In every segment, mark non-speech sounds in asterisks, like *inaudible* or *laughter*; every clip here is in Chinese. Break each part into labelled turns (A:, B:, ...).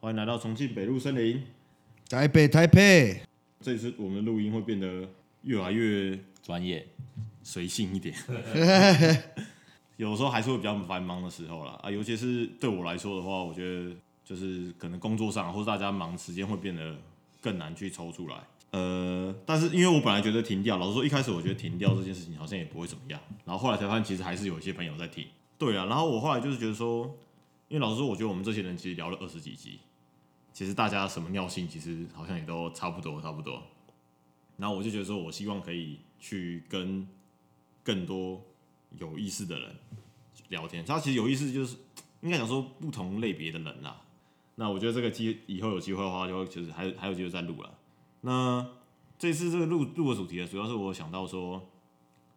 A: 欢迎来到重庆北路森林。
B: 台北，台 *laughs* 北，
A: 这一次我们的录音会变得越来越
C: 专业，
A: 随性一点，有时候还是会比较繁忙的时候啦啊，尤其是对我来说的话，我觉得就是可能工作上或者大家忙时间会变得更难去抽出来。呃，但是因为我本来觉得停掉，老实说一开始我觉得停掉这件事情好像也不会怎么样，然后后来才发现其实还是有一些朋友在听。对啊，然后我后来就是觉得说，因为老实说，我觉得我们这些人其实聊了二十几集，其实大家什么尿性其实好像也都差不多差不多。然后我就觉得说，我希望可以去跟更多有意思的人聊天。他其实有意思就是应该讲说不同类别的人啦。那我觉得这个机以后有机会的话，就会就是还有还有机会再录了。那这次这个录录的主题呢，主要是我想到说，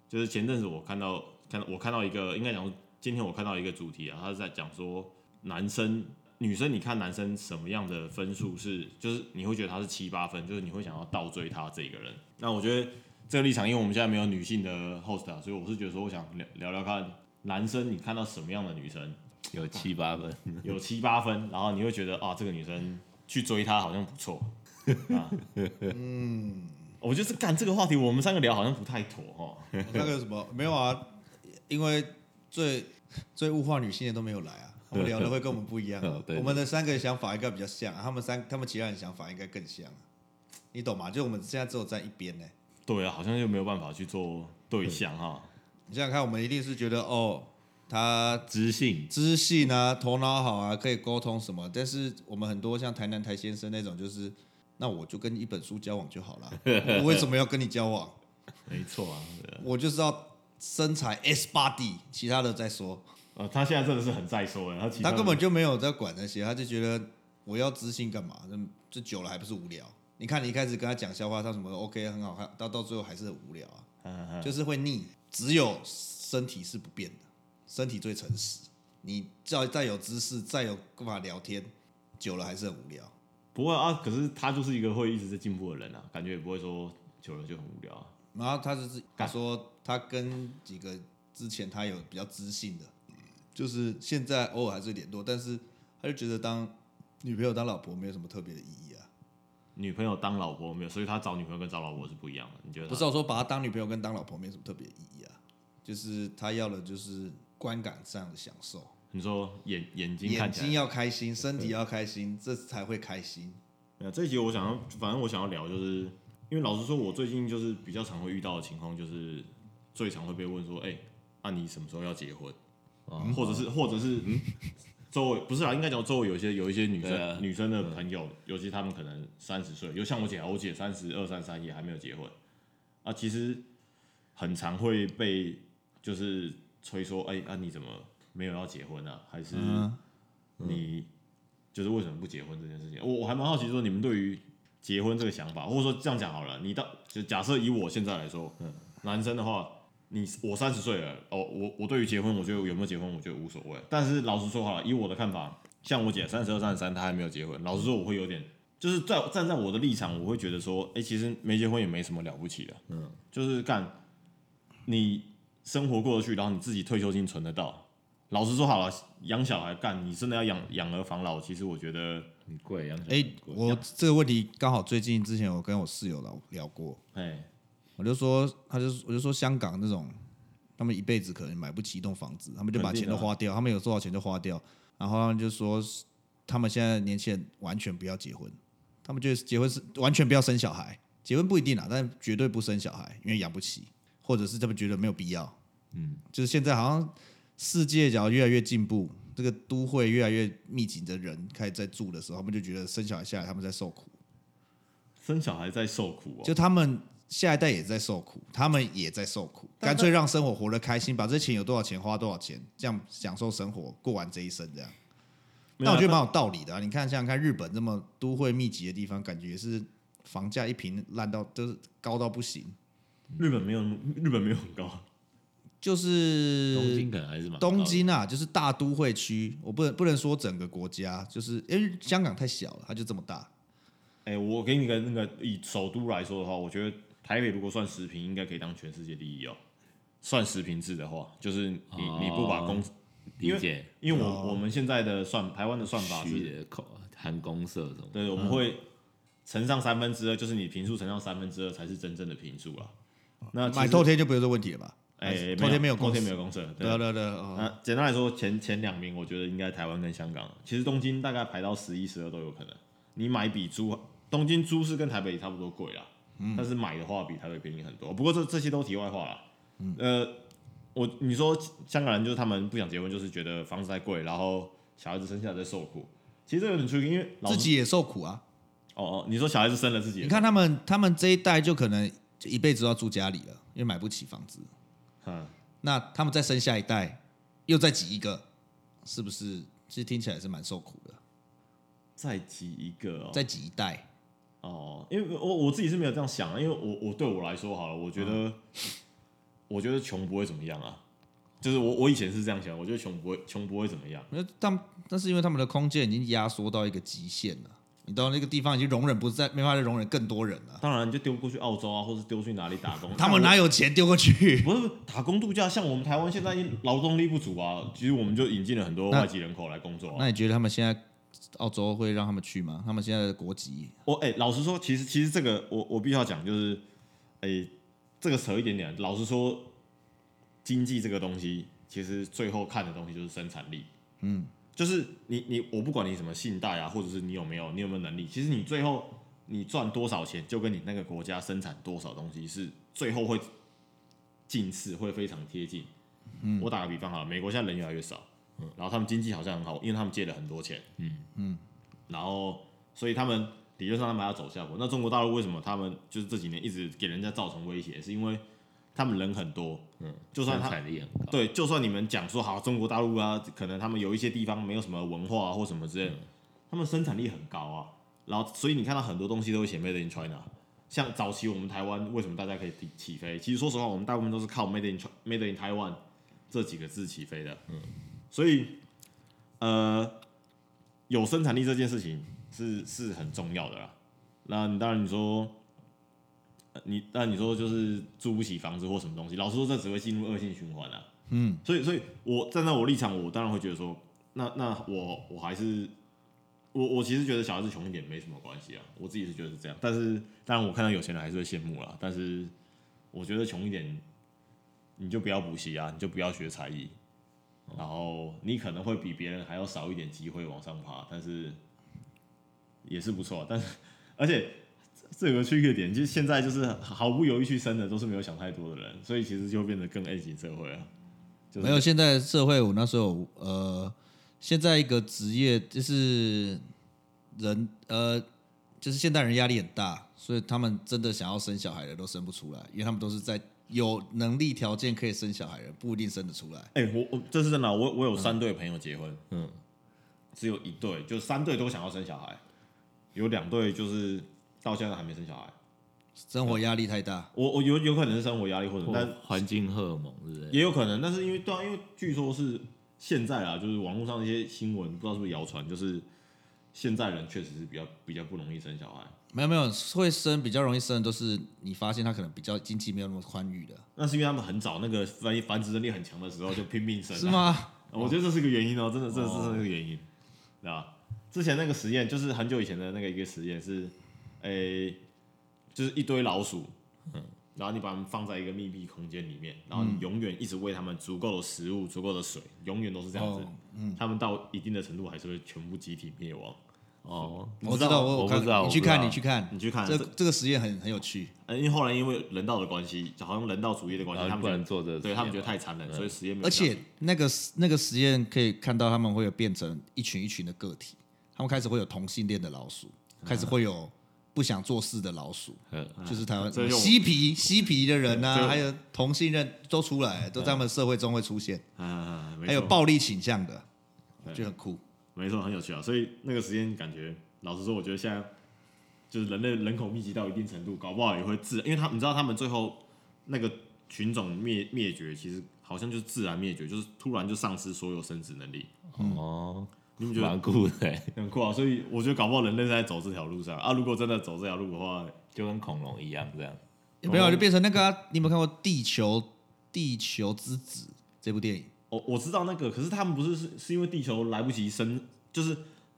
A: 就是前阵子我看到看到我看到一个，应该讲说今天我看到一个主题啊，他是在讲说男生女生，你看男生什么样的分数是，就是你会觉得他是七八分，就是你会想要倒追他这个人。那我觉得这个立场，因为我们现在没有女性的 host 啊，所以我是觉得说，我想聊聊聊看男生你看到什么样的女生
C: 有七八分，
A: *laughs* 有七八分，然后你会觉得啊，这个女生去追她好像不错。 *laughs* 啊，
B: 嗯，
A: 我就是干这个话题，我们三个聊好像不太妥哦。
B: 那个什么没有啊？因为最最物化女性的都没有来 *laughs* 啊，他们聊的会跟我们不一样啊
C: 哦。对
B: 我们的三个想法应该比较像，啊他们三他们其他人想法应该更像，啊你懂吗？就我们现在只有在一边呢。
A: 对啊，好像就没有办法去做对象哈。
B: 你想想看，我们一定是觉得哦，他
C: 知性
B: 知性啊，头脑好啊，可以沟通什么。但是我们很多像台南台先生那种，就是那我就跟一本书交往就好了，我为什么要跟你交往？
A: 没错啊，对啊
B: 我就是要身材 S body，其他的再说。
A: 呃，他现在真的是很在说，他其
B: 他
A: 的
B: 根本就没有在管那些，他就觉得我要知性干嘛？这这久了还不是无聊？你看你一开始跟他讲笑话，他什么 OK 很好看，到到最后还是很无聊啊，
A: 嗯嗯
B: 就是会腻。只有身体是不变的，身体最诚实。你只要再有知识，再有办法聊天，久了还是很无聊。
A: 不会啊，可是他就是一个会一直在进步的人啊，感觉也不会说久了就很无聊啊。
B: 然后他就是他说他跟几个之前他有比较知性的，就是现在偶尔还是联络，但是他就觉得当女朋友当老婆没有什么特别的意义啊。
A: 女朋友当老婆没有，所以他找女朋友跟找老婆是不一样的。你觉得他？
B: 不是我说把她当女朋友跟当老婆没有什么特别意义啊，就是他要的就是观感上的享受，
A: 你说眼眼睛
B: 眼
A: 看起来
B: 睛要开心，身体要开心，这才会开心。
A: 没有这一集我想要，反正我想要聊，就是因为老实说，我最近就是比较常会遇到的情况，就是最常会被问说，哎、那、你什么时候要结婚？啊、或者是或者是、周围不是啊，应该讲周围有一些有一些女生、
C: 对啊
A: 女生的朋友，尤其她们可能三十岁，就像我姐啊，我姐三十二三三也还没有结婚啊，其实很常会被就是催说，哎、啊你怎么没有要结婚啊？还是
B: 嗯，
A: 你就是为什么不结婚这件事情，我我还蛮好奇说你们对于结婚这个想法，或者说这样讲好了，你到就假设以我现在来说，男生的话，你我三十岁了，哦，我我对于结婚，我觉得有没有结婚，我觉得无所谓。但是老实说好了，以我的看法，像我姐三十二、三十三，她还没有结婚，老实说我会有点，就是在站在我的立场，我会觉得说，哎、其实没结婚也没什么了不起的，嗯，就是干你生活过得去，然后你自己退休金存得到。老实说好了，养小孩干，你真的要养养儿防老，其实我觉得，
C: 很贵，养小孩
B: 哎、
C: 很贵
B: 我这个问题刚好最近之前有跟我室友聊聊过，
A: 哎，
B: 我就说，他就我就说香港那种，他们一辈子可能买不起一栋房子，他们就把
A: 肯定
B: 钱
A: 的
B: 都
A: 啊
B: 花掉，他们有多少钱就花掉，然后他们就说，他们现在年轻人完全不要结婚，他们就是结婚是完全不要生小孩，结婚不一定啦，但绝对不生小孩，因为养不起，或者是他们觉得没有必要，嗯，就是现在好像世界只要越来越进步。这个都会越来越密集的人开始在住的时候，他们就觉得生小孩下来他们在受苦，
A: 生小孩在受苦哦。
B: 就他们下一代也在受苦，他们也在受苦，干脆让生活活得开心，把这钱有多少钱花多少钱，这样享受生活，过完这一生这样。
A: 没有
B: 那
A: 啊
B: 我觉得蛮有道理的、啊。你看，想想看，日本这么都会密集的地方，感觉是房价一平烂到就是高到不行，
A: 日本没有，日本没有很高。
B: 就是
C: 东京可能还是蛮高的
B: 东京啊，就是大都会区，我不能不能说整个国家，就是因为香港太小了，它就这么大。
A: 哎、我给你个那个以首都来说的话，我觉得台北如果算十平，应该可以当全世界第一哦。算十平制的话，就是你、
C: 哦
A: 你不把公因
C: 理解
A: 为因为我
B: 哦
A: 我们现在的算台湾的算法是，
C: 虚的口含公社什么的，
A: 对，我们
B: 嗯
A: 会乘上三分之二，就是你平数乘上三分之二才是真正的平数啊。那其实
B: 买透天就不是这问题了吧？还
A: 哎，
B: 是透天没有
A: 后
B: 公
A: 天
B: 司
A: 没有公社，
B: 对啊对啊对啊哦，
A: 那简单来说，前前两名我觉得应该台湾跟香港，其实东京大概排到十一、十二都有可能。你买比租，东京租是跟台北差不多贵啦，
B: 嗯
A: 但是买的话比台北便宜很多。不过这这些都题外话啦。
B: 嗯
A: 呃，我你说香港人就是他们不想结婚，就是觉得房子太贵，然后小孩子生下来在受苦。其实这有点出因为老
B: 自己也受苦啊。
A: 哦哦，你说小孩子生了自己也
B: 你看他们，他们这一代就可能就一辈子都要住家里了，因为买不起房子。
A: 嗯，
B: 那他们再生下一代，又再挤一个，是不是？其实听起来是蛮受苦的，
A: 再提一个哦，
B: 再挤一代，
A: 哦，因为我我自己是没有这样想啊，因为我我对我来说好了，我觉得、
B: 嗯
A: 我觉得穷不会怎么样啊，就是我我以前是这样想，我觉得穷不会穷不会怎么样，
B: 那他们那是因为他们的空间已经压缩到一个极限了，你到那个地方已经容忍不再没办法再容忍更多人了。
A: 当然你就丢过去澳洲啊，或是丢去哪里打工，
B: *laughs* 他们
A: 像
B: 哪有钱丢过去？
A: 我不是不是打工度假，像我们台湾现在劳动力不足啊，其实我们就引进了很多
B: 那
A: 外籍人口来工作啊。
B: 那你觉得他们现在澳洲会让他们去吗？他们现在的国籍
A: 我哎、老实说，其实其实这个我我必须要讲，就是哎、这个扯一点点，老实说，经济这个东西，其实最后看的东西就是生产力。就是你你我不管你什么信贷啊，或者是你有没有你有没有能力，其实你最后你赚多少钱，就跟你那个国家生产多少东西是最后会近似，会非常贴近。我打个比方哈，美国现在人越来越少，然后他们经济好像很好，因为他们借了很多钱，嗯嗯，然后所以他们理论上他们还要走下坡。那中国大陆为什么他们就是这几年一直给人家造成威胁，是因为他们人很多，嗯，就算
C: 生
A: 他
C: 产力很高，
A: 对，就算你们讲说好中国大陆啊，可能他们有一些地方没有什么文化、啊、或什么之类的，他们生产力很高啊。然后，所以你看到很多东西都会写 Made in China。像早期我们台湾为什么大家可以起起飞？其实说实话，我们大部分都是靠 Made in Chi- Made in Taiwan 这几个字起飞的。嗯，所以呃，有生产力这件事情是是很重要的啦。那你当然你说。呃你那你说就是租不起房子或什么东西，老实说，这只会进入恶性循环啊。所以，所以我站在我立场，我当然会觉得说，那那我我还是我我其实觉得小孩子穷一点没什么关系啊，我自己是觉得是这样。但是，当然我看到有钱人还是会羡慕啦。但是，我觉得穷一点，你就不要补习啊，你就不要学才艺，然后你可能会比别人还要少一点机会往上爬，但是也是不错啊。但是，而且。这有个区别点，就是现在就是毫不犹豫去生的都是没有想太多的人，所以其实就变得更 A 型社会啊。就是
B: 没有，现在社会我那时候呃，现在一个职业就是人呃，就是现代人压力很大，所以他们真的想要生小孩的都生不出来，因为他们都是在有能力条件可以生小孩的人不一定生得出来。
A: 哎、我我这是真的啊，我我有三对朋友结婚，
C: 嗯，
A: 只有一对，就三对都想要生小孩，有两对就是到现在还没生小孩。
B: 生活压力太大，
A: 我我有有可能是生活压力或者，
C: 或
A: 但
C: 环境荷尔蒙是不是？
A: 也有可能，但是因为对啊，因为据说是现在啊，就是网络上一些新闻，不知道是不是谣传，就是现在人确实是比较比较不容易生小孩，
B: 没有没有会生比较容易生的都是你发现他可能比较经济没有那么宽裕的，
A: 那是因为他们很早那个繁繁殖能力很强的时候就拼命生、啊，
B: 是吗？
A: 我觉得这是个原因哦，真的，这这是个原因，对吧？之前那个实验就是很久以前的那个一个实验是，诶、就是一堆老鼠，然后你把它们放在一个密闭空间里面，然后你永远一直喂它们足够的食物、足够的水，永远都是这样子
B: 哦，
A: 它、们到一定的程度还是会全部集体灭亡。
C: 哦，
B: 我知道，我有
C: 我不
B: 看
C: 知道，嗯
B: 你去
C: 我不知道
B: 看，你去看
A: 你，去看
B: 这
A: 这，
B: 这个实验很很有趣。
A: 呃因为后来因为人道的关系，好像人道主义的关系，
C: 然
A: 他们
C: 后啊不
A: 觉
C: 能
A: 得
C: 做这个实
A: 对
C: 验嘛，
A: 他们觉得太残忍，所以实验没有
B: 而
A: 这样
B: 且那个实那个实验可以看到，他们会有变成一群一群的个体，他们开始会有同性恋的老鼠，开
A: 嗯
B: 始会有不想做事的老鼠，
C: 嗯
B: 就是台湾
A: 这就我
B: 嬉皮嬉皮的人呐、
A: 这
B: 啊，还有同性恋都出来，都在他们社会中会出现，
A: 啊，没
B: 还有
A: 错
B: 暴力倾向的，
A: 对
B: 就很酷。
A: 没错，很有趣啊。所以那个时间感觉，老实说，我觉得现在就是人类人口密集到一定程度，搞不好也会自，因为他你知道他们最后那个群种灭灭绝，其实好像就是自然灭绝，就是突然就丧失所有生殖能力，
C: 哦，
A: 你嗯们觉得
C: 蛮酷的，欸
A: *laughs* 很酷啊？所以我觉得搞不好人类是在走这条路上啊。如果真的走这条路的话，
C: 就跟恐龙一样这样。
B: 有没有就变成那个啊、你有没有看过《地球地球之子》这部电影？
A: 我我知道那个，可是他们不是是是因为地球来不及生，就是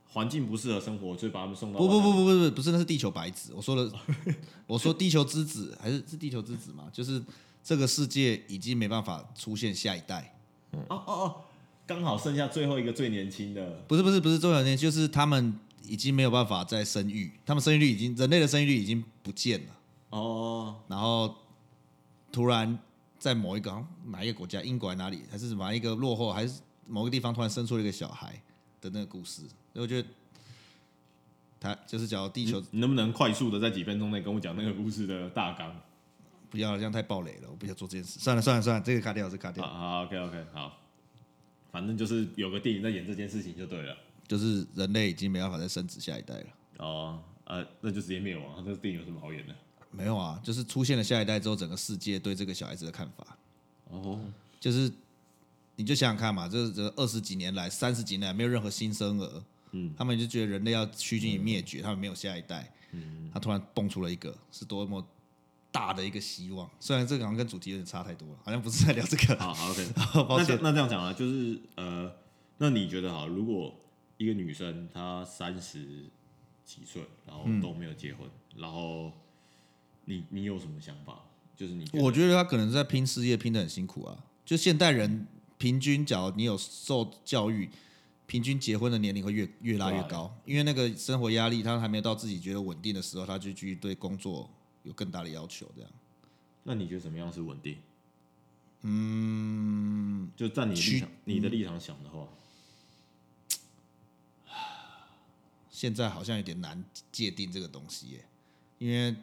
A: 环境不适合生活，所以把他们送到
B: 不不
A: 外太
B: 不不不不不是，那是地球白子。我说的，我说地球之子还是是地球之子嘛？就是这个世界已经没办法出现下一代。
A: 空哦哦哦，刚好剩下最后一个最年轻的，
B: 不是不是不是周小年，就是他们已经没有办法再生育，他们生育率已经人类的生育率已经不见了。
A: 哦
B: 然后突然在某一个好像哪一个国家，英国还哪里，还是哪一个落后，还是某个地方突然生出了一个小孩的那个故事，所以我觉得他就是讲地球
A: 你能不能快速的在几分钟内跟我讲那个故事的大纲？
B: 不要了这样太暴雷了，我不想做这件事。算了算了算了，这个卡掉，这个卡掉，
A: 好啊好，OK OK，好，反正就是有个电影在演这件事情就对了。
B: 就是人类已经没办法再生殖下一代了。
A: 哦，呃，那就直接灭亡，这个电影有什么好演的？
B: 没有啊，就是出现了下一代之后，整个世界对这个小孩子的看法，
A: 哦，
B: 就是你就想想看嘛，这这二十几年来、三十几年来没有任何新生儿，嗯，他们就觉得人类要趋近于灭绝，他们没有下一代，嗯，他突然蹦出了一个，是多么大的一个希望。虽然这个好像跟主题有点差太多了，好像不是在聊这个，
A: 好好 OK，
B: 抱
A: 那
B: 歉
A: 这那这样讲啊，就是呃，那你觉得好，如果一个女生她三十几岁，然后都没有结婚，然后你你有什么想法？就是你觉得
B: 我觉得他可能在拼事业，拼的很辛苦啊。就现代人平均，假如你有受教育，平均结婚的年龄会越越拉越高，因为那个生活压力，他还没有到自己觉得稳定的时候，他就继续对工作有更大的要求。这样，
A: 那你觉得什么样是稳定？嗯，就在你的立
B: 趋
A: 场你的立场想的话，
B: 现在好像有点难界定这个东西耶，因为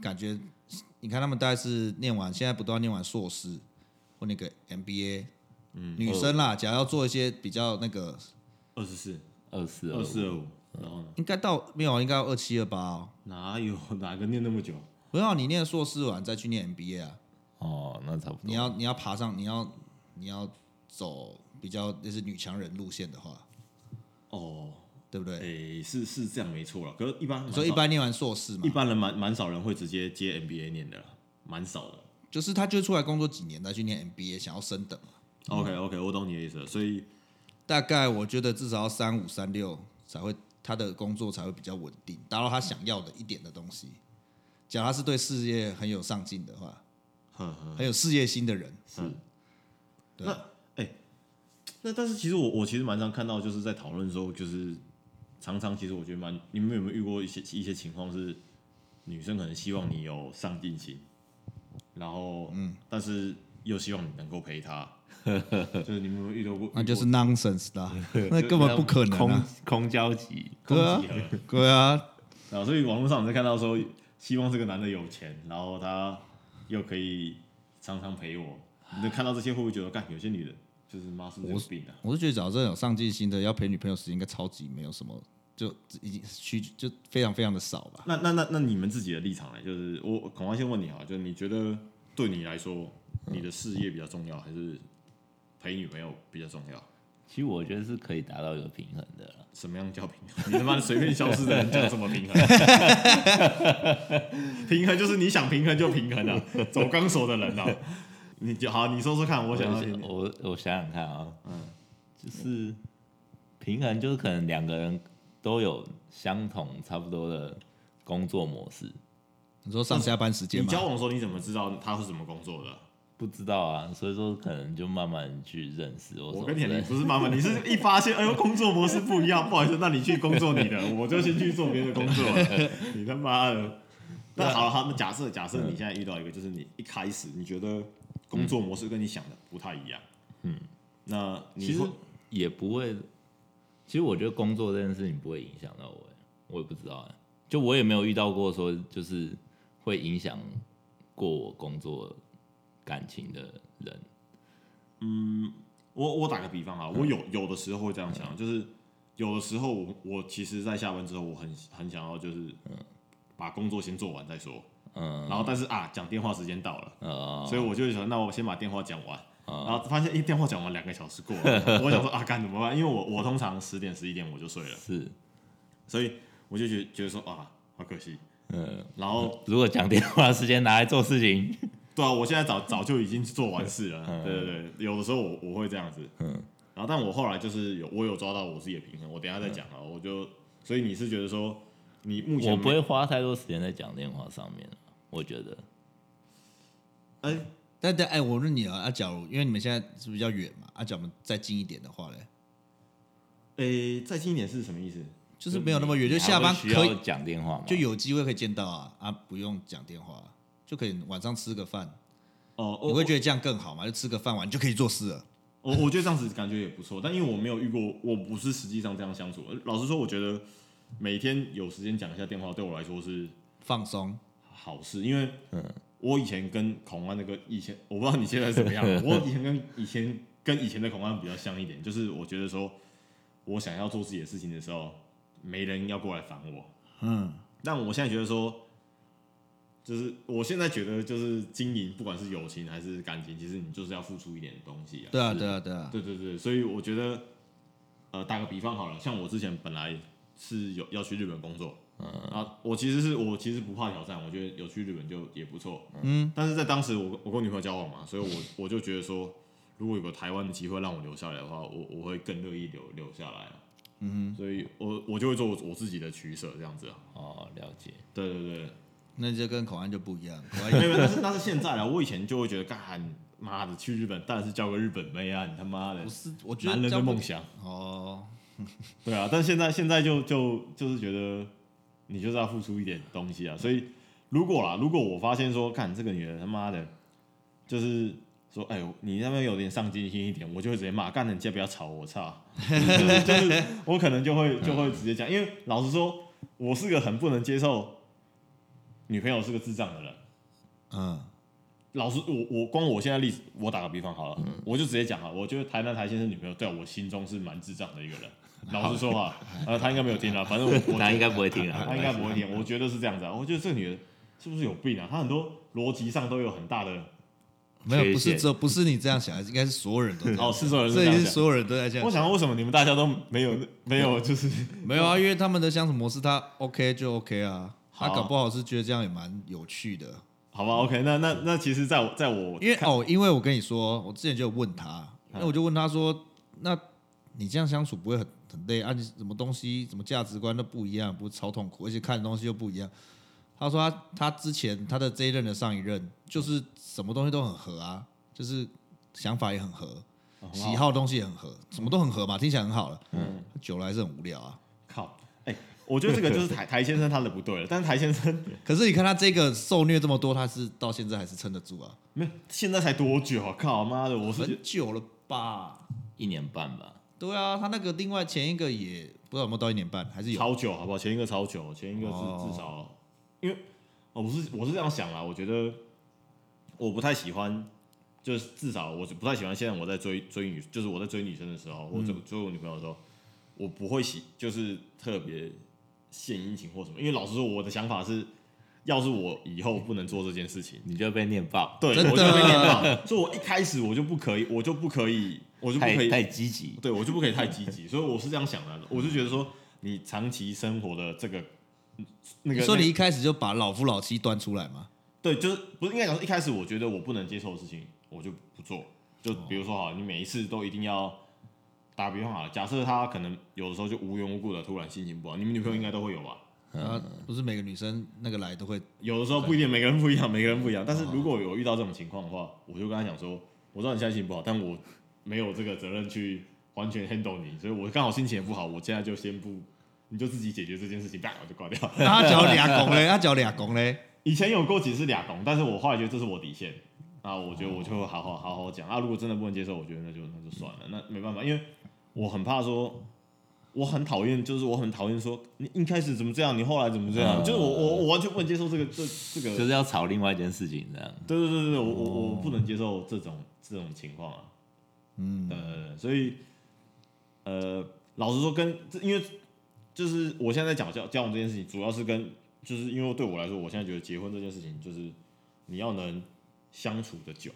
B: 感觉你看他们大概是念完，现在不都要念完硕士或那个 MBA，嗯，女生啦，假如要做一些比较那个
A: 二十四、
C: 二四
A: 二四、二五，
B: 嗯
A: 然后呢？
B: 应该到没有，应该二七二八哦。
A: 哪有哪个念那么久？
B: 不要你念硕士完再去念 MBA 啊，
C: 哦，那差不
B: 你
C: 多。
B: 要你要爬上，你要你要走比较就是女强人路线的话，
A: 哦，
B: 对不对？
A: 诶、是是这样没错了。可是，一般
B: 所以一般念完硕士嘛
A: 一，般人蛮蛮少人会直接接 MBA 念的啦，蛮少的。
B: 就是他就出来工作几年再去念 MBA，想要升等嘛。
A: OK OK，我懂你的意思了。所以
B: 大概我觉得至少要三五三六才会他的工作才会比较稳定，达到他想要的一点的东西。假如他是对事业很有上进的话，
A: 呵呵
B: 很有事业心的人，
A: 是。那哎、那但是其实我我其实蛮常看到，就是在讨论的时候，就是常常其实我觉得蛮，你们有没有遇过一些一些情况是女生可能希望你有上进心，然后嗯，但是又希望你能够陪
B: *laughs*
A: 她，就是你们有没有遇到过？
B: 那
A: 遇
B: 就
A: 过
B: 是 nonsense 啦，那根本不可能
C: 空
B: 啊！
C: 空交集，
B: 对啊
A: 空集合，
B: 对啊，
A: 啊，所以网络上你在看到说，希望这个男的有钱，然后他又可以常常陪我。你能看到这些，会不会觉得，干有些女人就是妈是不是有病啊？
B: 我是觉得，只要真的有上进心的，要陪女朋友时间应该超级没有什么，就已经需就非常非常的少吧。
A: 那那那那你们自己的立场呢？就是我恐怕先问你好了，就是你觉得对你来说，你的事业比较重要，还是陪女朋友比较重要？
C: 其实我觉得是可以达到一个平衡的啦。
A: 什么样叫平衡？你他妈的随便消失的人叫什么平衡？ *laughs* 平衡就是你想平衡就平衡啊，走钢索的人啊。 *laughs* 你就好，你说说看，我想要听听。
C: 我我想想看啊，嗯，就是平衡，就是可能两个人都有相同差不多的工作模式，
B: 你说上下班时间
A: 你交
B: 嘛，
A: 往的时候你怎么知道他是怎么工作的？
C: 不知道啊，所以说可能就慢慢去认识我。
A: 我跟你你不是妈妈，你是一发现，哎呦，工作模式不一样，不好意思，那你去工作你的，我就先去做别的工作了。你他妈的！那
C: 啊
A: 好了，好，那假设假
C: 嗯
A: 设你现在遇到一个，就是你一开始你觉得工作模式跟你想的不太一样，嗯，那你
C: 其实
A: 会
C: 也不会，其实我觉得工作这件事情不会影响到我欸，我也不知道欸，就我也没有遇到过说就是会影响过我工作感情的人。
A: 我我打个比方啊，
C: 嗯
A: 我有有的时候会这样想，啊就是有的时候我我其实，在下班之后，我很很想要就是把工作先做完再说，
C: 嗯，
A: 然后但是啊，讲电话时间到了。
C: 呃，
A: 所以我就想，那我先把电话讲完，
C: 哦
A: 然后发现一电话讲完两个小时过
C: *laughs*
A: 了，我想说啊，干怎么办？因为我我通常十点十一点我就睡了，
C: 是，
A: 所以我就觉得觉得说啊，好可惜。
C: 嗯，
A: 然后
C: 如果讲电话时间拿来做事情，
A: 对啊，我现在早早就已经做完事了。
C: 嗯
A: 对对对，有的时候我我会这样子，
C: 嗯
A: 然后但我后来就是有我有抓到我自己的平衡，我等一下再讲啊。我就所以你是觉得说你目前
C: 嗯我不
A: 没
C: 会花太多时间在讲电话上面，我觉得
A: 哎
B: 但但哎，我问你啊，啊，假如因为你们现在是比较远嘛，啊，假如我们再近一点的话嘞，
A: 诶再近一点是什么意思？
B: 就是没有那么远，就
C: 你还
B: 下班
C: 会需
B: 可
C: 要
B: 以
C: 讲电话吗？
B: 就有机会可以见到啊，啊，不用讲电话，就可以晚上吃个饭，
A: 哦，
B: 你
A: 我
B: 会觉得这样更好嘛？就吃个饭完就可以做事了。
A: 我我觉得这样子感觉也不错，但因为我没有遇过，我不是实际上这样相处。呃老实说，我觉得每天有时间讲一下电话对我来说是
B: 放松，
A: 好事，因为
C: 嗯
A: 我以前跟孔安那个以前，我不知道你现在怎么样，我以前跟以前跟以前的孔安比较像一点，就是我觉得说我想要做自己的事情的时候，没人要过来烦我。
B: 嗯，
A: 但我现在觉得说，就是我现在觉得就是经营，不管是友情还是感情，其实你就是要付出一点东西啊。
B: 对啊，
A: 就是
B: 对啊，对啊，
A: 对对对，所以我觉得，呃，打个比方好了，像我之前本来是有要去日本工作，嗯，啊，我其实是我其实不怕挑战，我觉得有去日本就也不错，嗯，但是在当时我我跟我女朋友交往嘛，所以我我就觉得说，如果有个台湾的机会让我留下来的话，我我会更乐意留留下来啊，嗯，所以我我就会做我我自己的取舍这样子啊，
C: 哦，了解。
A: 对对对，
B: 那就跟口岸就不一样，
A: *laughs*
B: 口
A: 没
B: 岸
A: 有，没有，但是那是现在啊，我以前就会觉得干妈的去日本当然是交个日本妹啊，你他妈的
B: 不是，我觉得
A: 男人的
B: 这样不
A: 梦想。
B: 哦，
A: *laughs* 对啊，但现在现在就就就是觉得你就是要付出一点东西啊，所以如果啦，如果我发现说，看这个女人他妈的，就是说，哎呦，你那边有点上进心一点，我就会直接骂，干人家不要吵我，操， *laughs* 就是就是我可能就会就会直接讲，因为老实说，我是个很不能接受女朋友是个智障的人。
B: 嗯，
A: 老实，我我光我现在例子，我打个比方好了，我就直接讲啊，我觉得台南台先生女朋友在我心中是蛮智障的一个人。老实说啊，呃，他应该没有听啊，反
B: *laughs*
A: 正我我
C: 他
A: 觉
C: 应
A: 得
C: 该不会听啊，
A: 他应该不会听，我觉得是这样子啊，我觉得这个女人是不是有病啊？她很多逻辑上都有很大的
B: 没有，不
C: 缺
B: 是
C: 陷
B: 只有不是你这样想，应该是所有人都这样
A: 哦，是所有人都
B: 想，
A: 这
B: 这也
A: 样
B: 是
A: 想。
B: 所有人都在这样
A: 我
B: 想。
A: 想为什么你们大家都没有 *laughs* 没有就是
B: 没有啊，因为他们的相处模式，他 OK 就 OK 啊，他
A: 好啊
B: 搞不好是觉得这样也蛮有趣的。
A: 好吧？OK，那那那其实在我在我
B: 因为哦，因为我嗯跟你说，我之前就有问他，那我就问他说，那你这样相处不会很很累啊？你什么东西、什么价值观都不一样，不是超痛苦，而且看的东西又不一样。他说他他之前他的这一任的上一任就是什么东西都很合啊，就是想法也很合，喜好的东西也很合，什么都很合嘛，听起来很好了。嗯，久了还是很无聊啊。
A: 靠，哎，我觉得这个就是台 *laughs* 台先生他的不对了，但是台先生
B: 可是你看他这个受虐这么多，他是到现在还是撑得住啊，
A: 没有，现在才多久啊？靠妈的，我是
B: 很久了吧？
C: 一年半吧。
B: 对啊，他那个另外前一个也不知道有没有到一年半，还是有。
A: 超久，好不好？前一个超久，前一个至、
B: 哦
A: 至少，因为哦，我是我是这样想啦，我觉得我不太喜欢，就是至少我不太喜欢现在我在追追女，就是我在追女生的时候，
B: 嗯
A: 或者追我女朋友的时候，我不会喜，就是特别献殷勤或什么，因为老实说，我的想法是，要是我以后不能做这件事情，
C: 你就被念爆，
A: 对
B: 真的
A: 我就会念到，所以我一开始我就不可以，我就不可以，我就不可
C: 太
A: 以
C: 太积极，
A: 对我就不可以太积极，所以我是这样想的，我就觉得说，你长期生活的这个那
B: 你
A: 个，
B: 说你
A: 那
B: 一开始就把老夫老妻端出来嘛？
A: 对，就是不是应该讲说，一开始我觉得我不能接受的事情，我就不做。就比如说好，你每一次都一定要打比方好了，假设他可能有的时候就无缘无故的突然心情不好，你们女朋友应该都会有吧？
B: 啊，
A: 嗯
B: 不是每个女生那个来都会 *laughs*
A: 有的时候不一定，每个人不一样，每个人不一样。但是如果有遇到这种情况的话，我就跟他讲说，我知道你现在心情不好，但我没有这个责任去完全 handle 你，所以我刚好心情也不好，我现在就先不，你就自己解决这件事情，啪，我就挂掉。 *laughs*
B: 那他脚俩拱嘞，他脚俩拱嘞，
A: 以前有过几次俩拱，但是我后来觉得这是我底线，那我觉得我就好好好好讲啊。如果真的不能接受，我觉得那就那就算了，那没办法，因为我很怕说，我很讨厌，就是我很讨厌说你一开始怎么这样，你后来怎么这样，
C: 嗯
A: 就是我我我完全不能接受这个这这个
C: 就是要吵另外一件事情这样。
A: 对对对对，我我我不能接受这种这种情况啊。嗯，呃，所以呃，老实说跟，这因为就是我现在在讲交交往这件事情，主要是跟就是因为对我来说，我现在觉得结婚这件事情，就是你要能相处的久。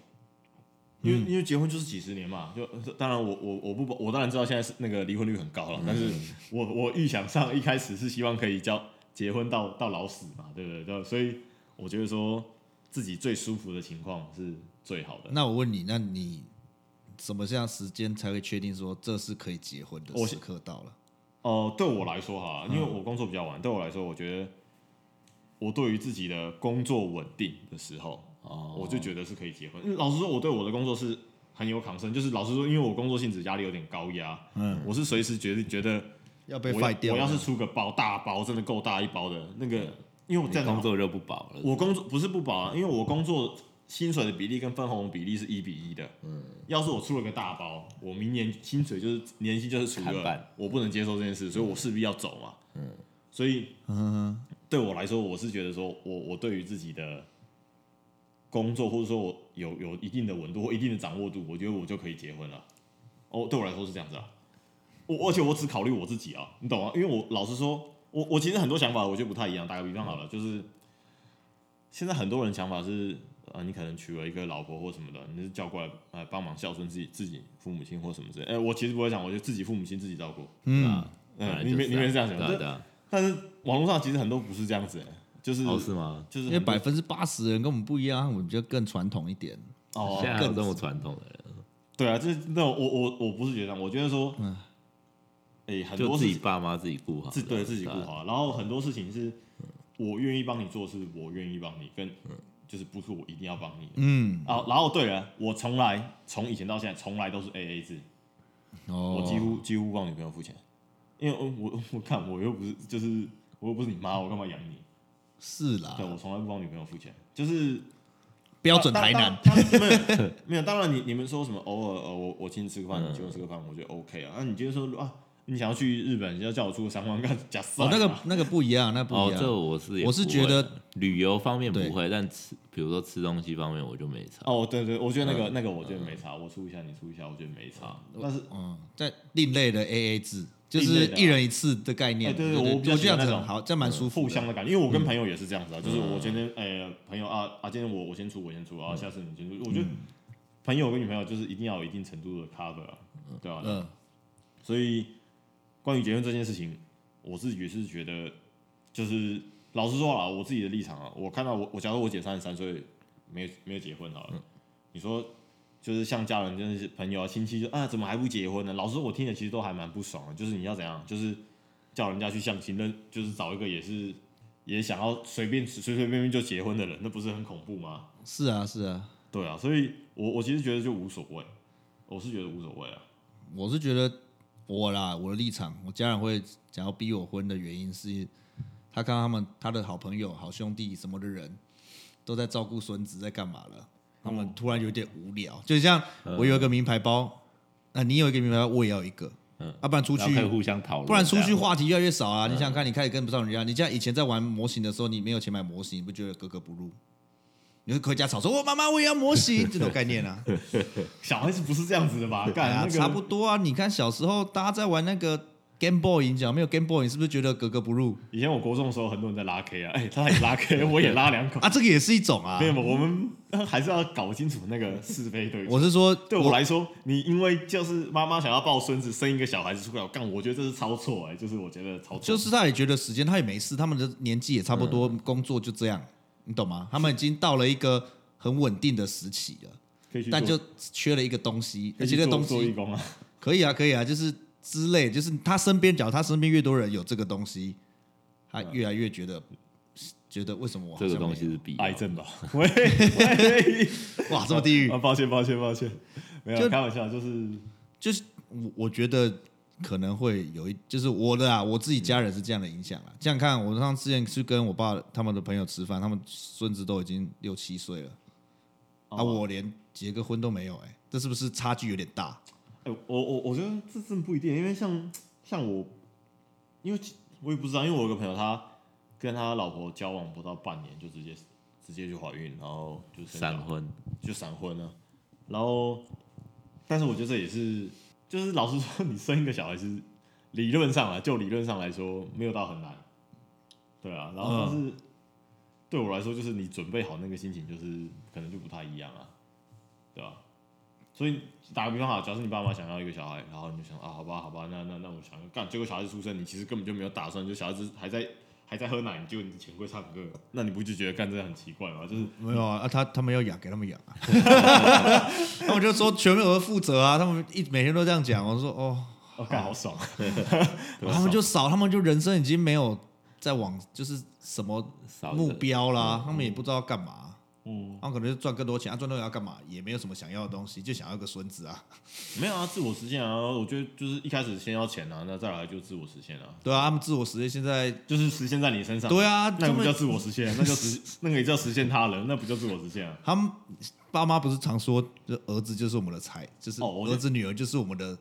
A: 因为因为结婚就是几十年嘛，就当然我我我不我当然知道现在是那个离婚率很高了，但是我我预想上一开始是希望可以交结婚到到老死嘛，对不对？对，所以我觉得说自己最舒服的情况是最好的。
B: 那我问你，那你什么样时间才会确定说这是可以结婚的
A: 我
B: 时刻到了？
A: 哦、对我来说哈，因为我工作比较晚，对我来说，我觉得我对于自己的工作稳定的时候，
C: 哦，
A: 我就觉得是可以结婚。因为嗯老实说，我对我的工作是很有抗生，就是老实说，因为我工作性质压力有点高压，
B: 嗯，
A: 我是随时觉得觉得
B: 要
A: 我
B: 被 f
A: 要
B: 掉
A: 我
B: 了
A: 要是出个包大包，真的够大一包的那个，因为我
C: 你
A: 在
C: 工作就不保了。
A: 我工作不是不保啊，因为我工作薪水的比例跟分红比例是一比一的。嗯，要是我出了个大包，我明年薪水就是年薪就是除
C: 砍半
A: 了，我不能接受这件事，所以我势必要走嘛。嗯，所以
B: 嗯，
A: 对我来说，我是觉得说我我对于自己的工作或者说我有有一定的稳度或一定的掌握度，我觉得我就可以结婚了。哦，对我来说是这样子啊。我而且我只考虑我自己啊，你懂啊？因为我老实说，我我其实很多想法我觉得不太一样。打个比方好了，就是现在很多人想法是，啊，你可能娶了一个老婆或什么的，你是叫过来呃帮忙孝顺自己自己父母亲或什么之类。哎、我其实不会讲，我就自己父母亲自己照顾。
C: 对
B: 嗯
C: 啊，本
A: 嗯，
C: 来就
A: 你们你们是这样想，
C: 对啊
A: 但
C: 对啊，
A: 但是网络上其实很多不是这样子、哎就是、
C: 哦是吗？
A: 就是
B: 因为
A: 很多
B: 百分之八十的人跟我们不一样，我们比较更传统一点。
A: 哦，
C: 现在还有这么传统的人，
A: 对啊，就是那种我我我不是觉得这样，我觉得说，哎、
B: 嗯
A: 很
C: 就
A: 多
C: 自
A: 事
C: 己
A: 情
C: 爸妈自己顾好，
A: 自对自己顾
C: 啊。
A: 好，然后很多事情是我愿意帮你做，是我愿意帮你，跟就是不是我一定要帮你的。
B: 嗯，
A: 啊，然后对了，我从来从以前到现在，从来都是 A A 制，
B: 哦，
A: 我几乎几乎帮女朋友付钱，因为我我我看我又不是就是我又不是你妈，我干嘛养你？
B: 是啦
A: 对，，我从来不帮女朋友付钱，就是
B: 标准台南。
A: 当。当当没有没有，当然你你们说什么偶尔呃我我请你吃个饭，
C: 嗯
A: 你请我吃个饭，我觉得 OK 啊。那你今天说啊，你想要去日本，你要叫我出个三万干 *laughs* 假啊死
B: 哦，那个那个不一样，那不
C: 哦
B: 一，
C: 这
B: 样。
C: 我是也
B: 我是
C: 不
B: 觉
C: 会
B: 得
C: 的旅游方面
B: 对
C: 不会，但吃比如说吃东西方面我就没差。
A: 哦，对对，我觉得那个那个我觉得没差，我出一下你出一下，我觉得没差。但是
B: 嗯嗯，在另类的 AA 制，就
A: 另类
B: 是
A: 的啊
B: 一人一次的概念。
A: 哎对对
B: 对
A: 我
B: 我
A: 比较
B: 觉得这样子
A: 喜欢那
B: 很
A: 种
B: 好，这样蛮舒服
A: 互
B: 的。
A: 相的感觉，因为
B: 嗯
A: 我跟朋友也是这样子啊，就是我今天哎朋友啊啊，今天我我先出我先
B: 嗯
A: 出啊，下次你先出。我觉得朋友跟女朋友就是一定要有一定程度的 cover，啊对吧？
B: 嗯，
A: 所以关于结婚这件事情，我自己是觉得，就是老实说啦，我自己的立场啊，我看到我我假如我姐三十三岁没有没有结婚好
B: 嗯
A: 了，你说就是像家人真的是朋友啊亲戚就啊怎么还不结婚呢？老实说，我听着其实都还蛮不爽的，就是你要怎样，就是叫人家去相亲，那就是找一个也是。也想要随便随随便便就结婚的人，那不是很恐怖吗？
B: 是啊，是啊，
A: 对啊，所以我我其实觉得就无所谓，我是觉得无所谓啊。
B: 我是觉得我啦，我的立场，我家人会想要逼我婚的原因是，他看到他们他的好朋友、好兄弟什么的人都在照顾孙子，在干嘛了，他们突然有点无聊。就像
C: 嗯
B: 我有一个名牌包，那、你有一个名牌包，我也要一个，嗯，要、不然出
C: 然后可以
B: 去。
C: 互嗯相讨论，
B: 不然出
C: 这
B: 去
C: 样
B: 话题越来越少啊！你想想看，你开始跟不上人家。你像以前在玩模型的时候，你没有钱买模型，你不觉得格格不入？你会回家吵说：“哦我妈妈我也要模型。”这种概念啊，
A: 小孩子不是这样子的吧？干、
B: 哎呀
A: 那个
B: 差不多啊。你看小时候大家在玩那个 Game Boy，你讲没有 Game Boy，你是不是觉得格格
A: *laughs*
B: 不入
A: 以前我国中的时候，很多人在拉 K 啊，哎、 *laughs* 他也拉 K，我也拉两口。
B: *laughs* 啊？这个也是一种啊
A: 没。有，我们还是要搞清楚那个是非对错。
B: 我是说，
A: 对我来说，你因为就是妈妈想要抱孙子，生一个小孩子出来，我干，我觉得这是超错哎、就是我觉得超错。
B: 就是他也觉得时间他也没事，他们的年纪也差不多，
A: 嗯
B: 工作就这样，你懂吗？他们已经到了一个很稳定的时期了，
A: 可以去做，
B: 但就缺了一个东西，
A: 可
B: 而
A: 以去
B: 且这个
A: 做
B: 东
A: 做义
B: 西
A: 工
B: *laughs*
A: 啊，
B: 可以啊，可以啊，就是之类，就是他身边，假如他身边越多人有这个东西，他越来越觉
A: 嗯
B: 得。觉得为什么我好
C: 这
B: 像
C: 个东
B: 没
C: 西是必要的
A: 癌
B: *laughs*
A: 症吧？喂喂，
B: 有哇这么地狱
A: 啊，？抱歉抱歉抱歉，没有
B: 就
A: 开玩笑，就是
B: 就是我我觉得可能会有一，就是我的啊，我自己家人是这样的影响啦。这样看，我上之前去跟我爸他们的朋友吃饭，他们孙子都已经六七岁了，啊，
A: 哦
B: 我连结个婚都没有、哎，这是不是差距有点大？
A: 哎、我我我觉得这真的不一定，因为像像我，因为我也不知道，因为我有个朋友，他跟他老婆交往不到半年就直接直接就怀孕，然后就生小
C: 闪
A: 孩
C: 婚，
A: 就闪婚了。然后，但是我觉得这也是，就是老实说，你生一个小孩是理论上啊，就理论上来说没有到很难，对啊。然后，但是、对我来说，就是你准备好那个心情，就是可能就不太一样啊，对吧、所以打个比方好，啊假设你爸妈想要一个小孩，然后你就想啊，好吧，好吧，那那那我想干，结果小孩子出生，你其实根本就没有打算，就小孩子还在还在喝奶，你就你的钱柜唱歌，那你不就觉得干这很奇怪吗？就是
B: 没有啊，啊他他们要养，给他们养啊。 *laughs* 他们就说全部我负责啊，他们一每天都这样讲。我说哦，
A: 哦，干好爽，
B: 然后他们就啊少，他们就人生已经没有在往就是什么
C: 少
B: 目
C: 的
B: 标啦，他们也不知道干嘛，啊
A: 嗯，
B: 他们可能就赚更多钱，啊，赚多钱要干嘛？也没有什么想要的东西，就想要个孙子啊，
A: 没有啊，自我实现啊，我觉得就是一开始先要钱啊，那再来就自我实现啊，
B: 对啊，他们自我实现现在，
A: 就是实现在你身上，
B: 对啊，
A: 那
B: 他
A: 个不叫
B: 们
A: 自我实现，那叫实，那个也叫实现他人，那不叫自我实现啊。
B: 他们爸妈不是常说，就儿子就是我们的财，就是
A: 哦我
B: 儿子女儿就是我们的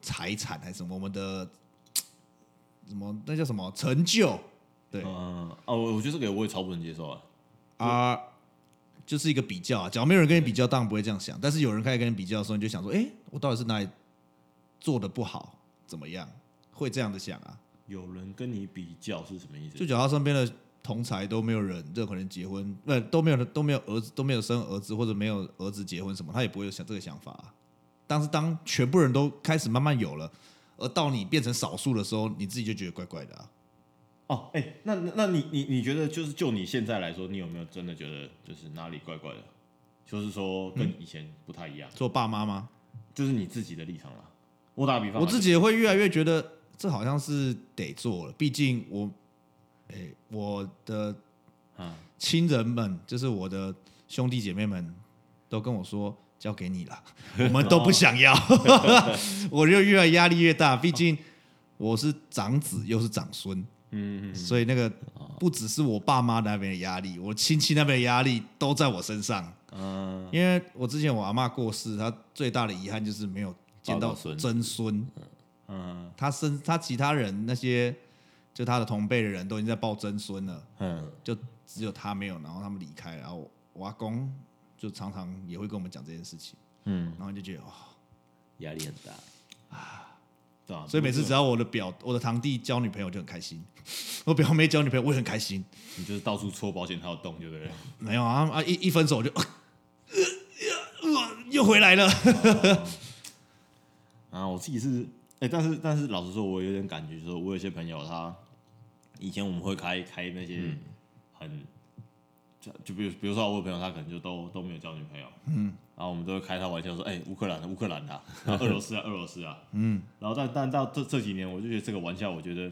B: 财产还是什么，我们的什么那叫什么成就，对，
A: 嗯，哦，我我觉得这个我也超不能接受啊。
B: 啊，就是一个比较啊。假如没有人跟你比较，当然不会这样想。但是有人开始跟你比较的时候，你就想说，哎、我到底是哪里做的不好，怎么样？会这样的想啊。
A: 有人跟你比较是什么意思？
B: 就假如他身边的同才都没有人，这可能结婚，不、都没有都没有儿子，都没有生儿子，或者没有儿子结婚什么，他也不会有想这个想法、啊。但是当全部人都开始慢慢有了，而到你变成少数的时候，你自己就觉得怪怪的啊。
A: 哦，哎、那那那你你你觉得就是就你现在来说，你有没有真的觉得就是哪里怪怪的？就是说跟以前不太一样，
B: 做爸妈吗？
A: 就是你自己的立场啦。我打个比方啊，
B: 我自己也会越来越觉得这好像是得做了，毕竟我，诶、我的
A: 啊
B: 亲人们，就是我的兄弟姐妹们，都跟我说交给你了，我们都不想要，我就越来压力越大，毕竟我是长子又是长孙，
A: 嗯，嗯嗯
B: 所以那个不只是我爸妈那边的压力，我亲戚那边的压力都在我身上。
A: 嗯，
B: 因为我之前我阿嬷过世，她最大的遗憾就是没有见
C: 抱
B: 到
C: 到孙
B: 真孙，
A: 嗯
B: 他生他其他人那些就他的同辈的人都已经在抱曾孙了，
A: 嗯，
B: 就只有他没有，然后他们离开，然后我我阿公就常常也会跟我们讲这件事情，
A: 嗯，
B: 然后就觉得哇、
C: 压力很大，
A: 对啊。
B: 所以每次只
A: 要
B: 要我的表我的堂弟交女朋友就很开心， *laughs* 我表妹交女朋友我也很开心，
A: 你就是到处戳保险套的洞，对不对？
B: 没有啊啊一一分手我就。 *laughs* 呃呃呃又回来了，
A: 啊，我自己是，哎、但是但是老实说，我有点感觉说，我有些朋友他以前我们会开开那些很，就就比如比如说我有朋友他可能就都都没有交女朋友，嗯，然后我们都会开他玩笑说，哎、乌克兰的乌克兰 *laughs* 的啊、然后俄罗斯啊俄罗斯啊，嗯，然后但但到这这几年，我就觉得这个玩笑，我觉得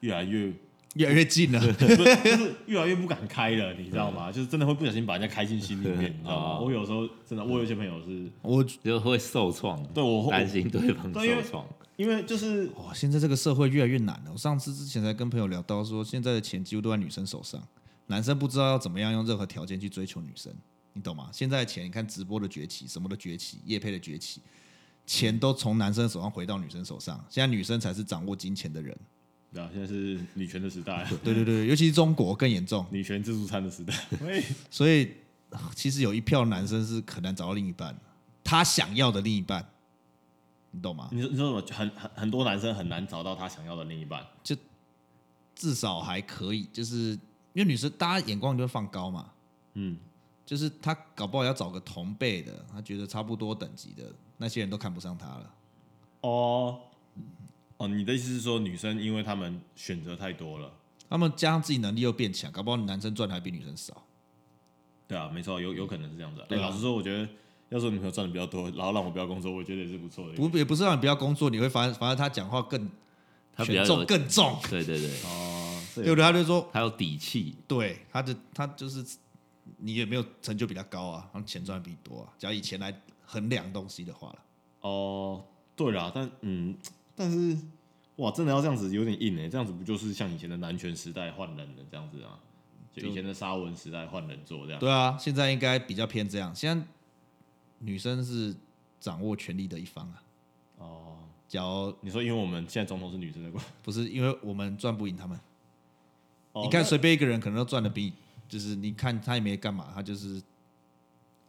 A: 越来越
B: 越来越近
A: *laughs*
B: 了。
A: 就是越来越不敢开了，你知道吗？就是真的会不小心把人家开进心里面，你知道吗？
C: 哦
A: 我有时候真的，我有一些朋友是
B: 我
C: 就会受创，
A: 对我
C: 担心对方
A: 对因为
C: 受创，
A: 因为就是
B: 哇，哦现在这个社会越来越难了。我上次之前才跟朋友聊到说，现在的钱几乎都在女生手上，男生不知道要怎么样用任何条件去追求女生，你懂吗？现在的钱，你看直播的崛起，什么的崛起，业配的崛起，钱都从男生手上回到女生手上，现在女生才是掌握金钱的人。
A: 对啊，现在是女权的时代，啊
B: 对对对，尤其是中国更严重，
A: 女权自助餐的
B: *laughs*
A: 时代。喂，
B: 所以啊其实有一票男生是很难找到另一半，他想要的另一半，你懂吗？
A: 你说你说什么？很很很多男生很难找到他想要的另一半。
B: 至少还可以，就是因为女生大家眼光就会放高嘛。
A: 嗯，
B: 就是他搞不好要找个同辈的，他觉得差不多等级的那些人都看不上他了。
A: 哦哦，你的意思是说女生因为她们选择太多了？
B: 他们加上自己能力又变强，搞不好男生赚的还比女生少。
A: 对啊，没错，有有可能是这样子、啊。
B: 对啊
A: 哎老实说，我觉得要是我女朋友赚的比较多，然后让我不要工作，我觉得也是不错的。
B: 不也不是让你不要工作，你会发现反而他讲话更
C: 他比
B: 权
C: 较有
B: 重，更重，
C: 对对对，
A: 哦，这
B: 对不对？他就说，
C: 他有底气，
B: 对，他就他就是你也没有成就比他高啊，然后钱赚得比你多啊。只要以钱来衡量东西的话了，
A: 哦，对啦，但嗯，但是哇，真的要这样子有点硬哎、这样子不就是像以前的男权时代换人了这样子啊？就以前的沙文时代换人做这样。
B: 对啊，现在应该比较偏这样。现在女生是掌握权力的一方啊，
A: 哦，
B: 假如
A: 你说因为我们现在总统是女生的关系，
B: 不是因为我们赚不赢他们。
A: 哦
B: 你看随便一个人可能都赚的比你，就是你看他也没干嘛，他就是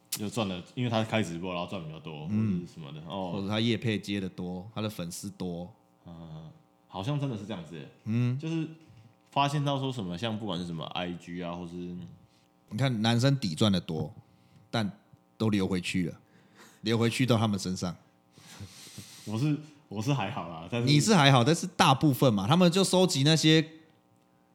A: 就赚了，因为他开直播，然后赚比较多，嗯，或者是什么的
B: 或
A: 哦，
B: 者他业配接的多，他的粉丝多，
A: 嗯，好像真的是这样子，嗯，就是发现到说什么，像不管是什么 IG 啊，或是
B: 你看男生底赚的多，但都流回去了，流回去到他们身上。
A: 我是我是还好啦，但是
B: 你是还好，但是大部分嘛，他们就收集那些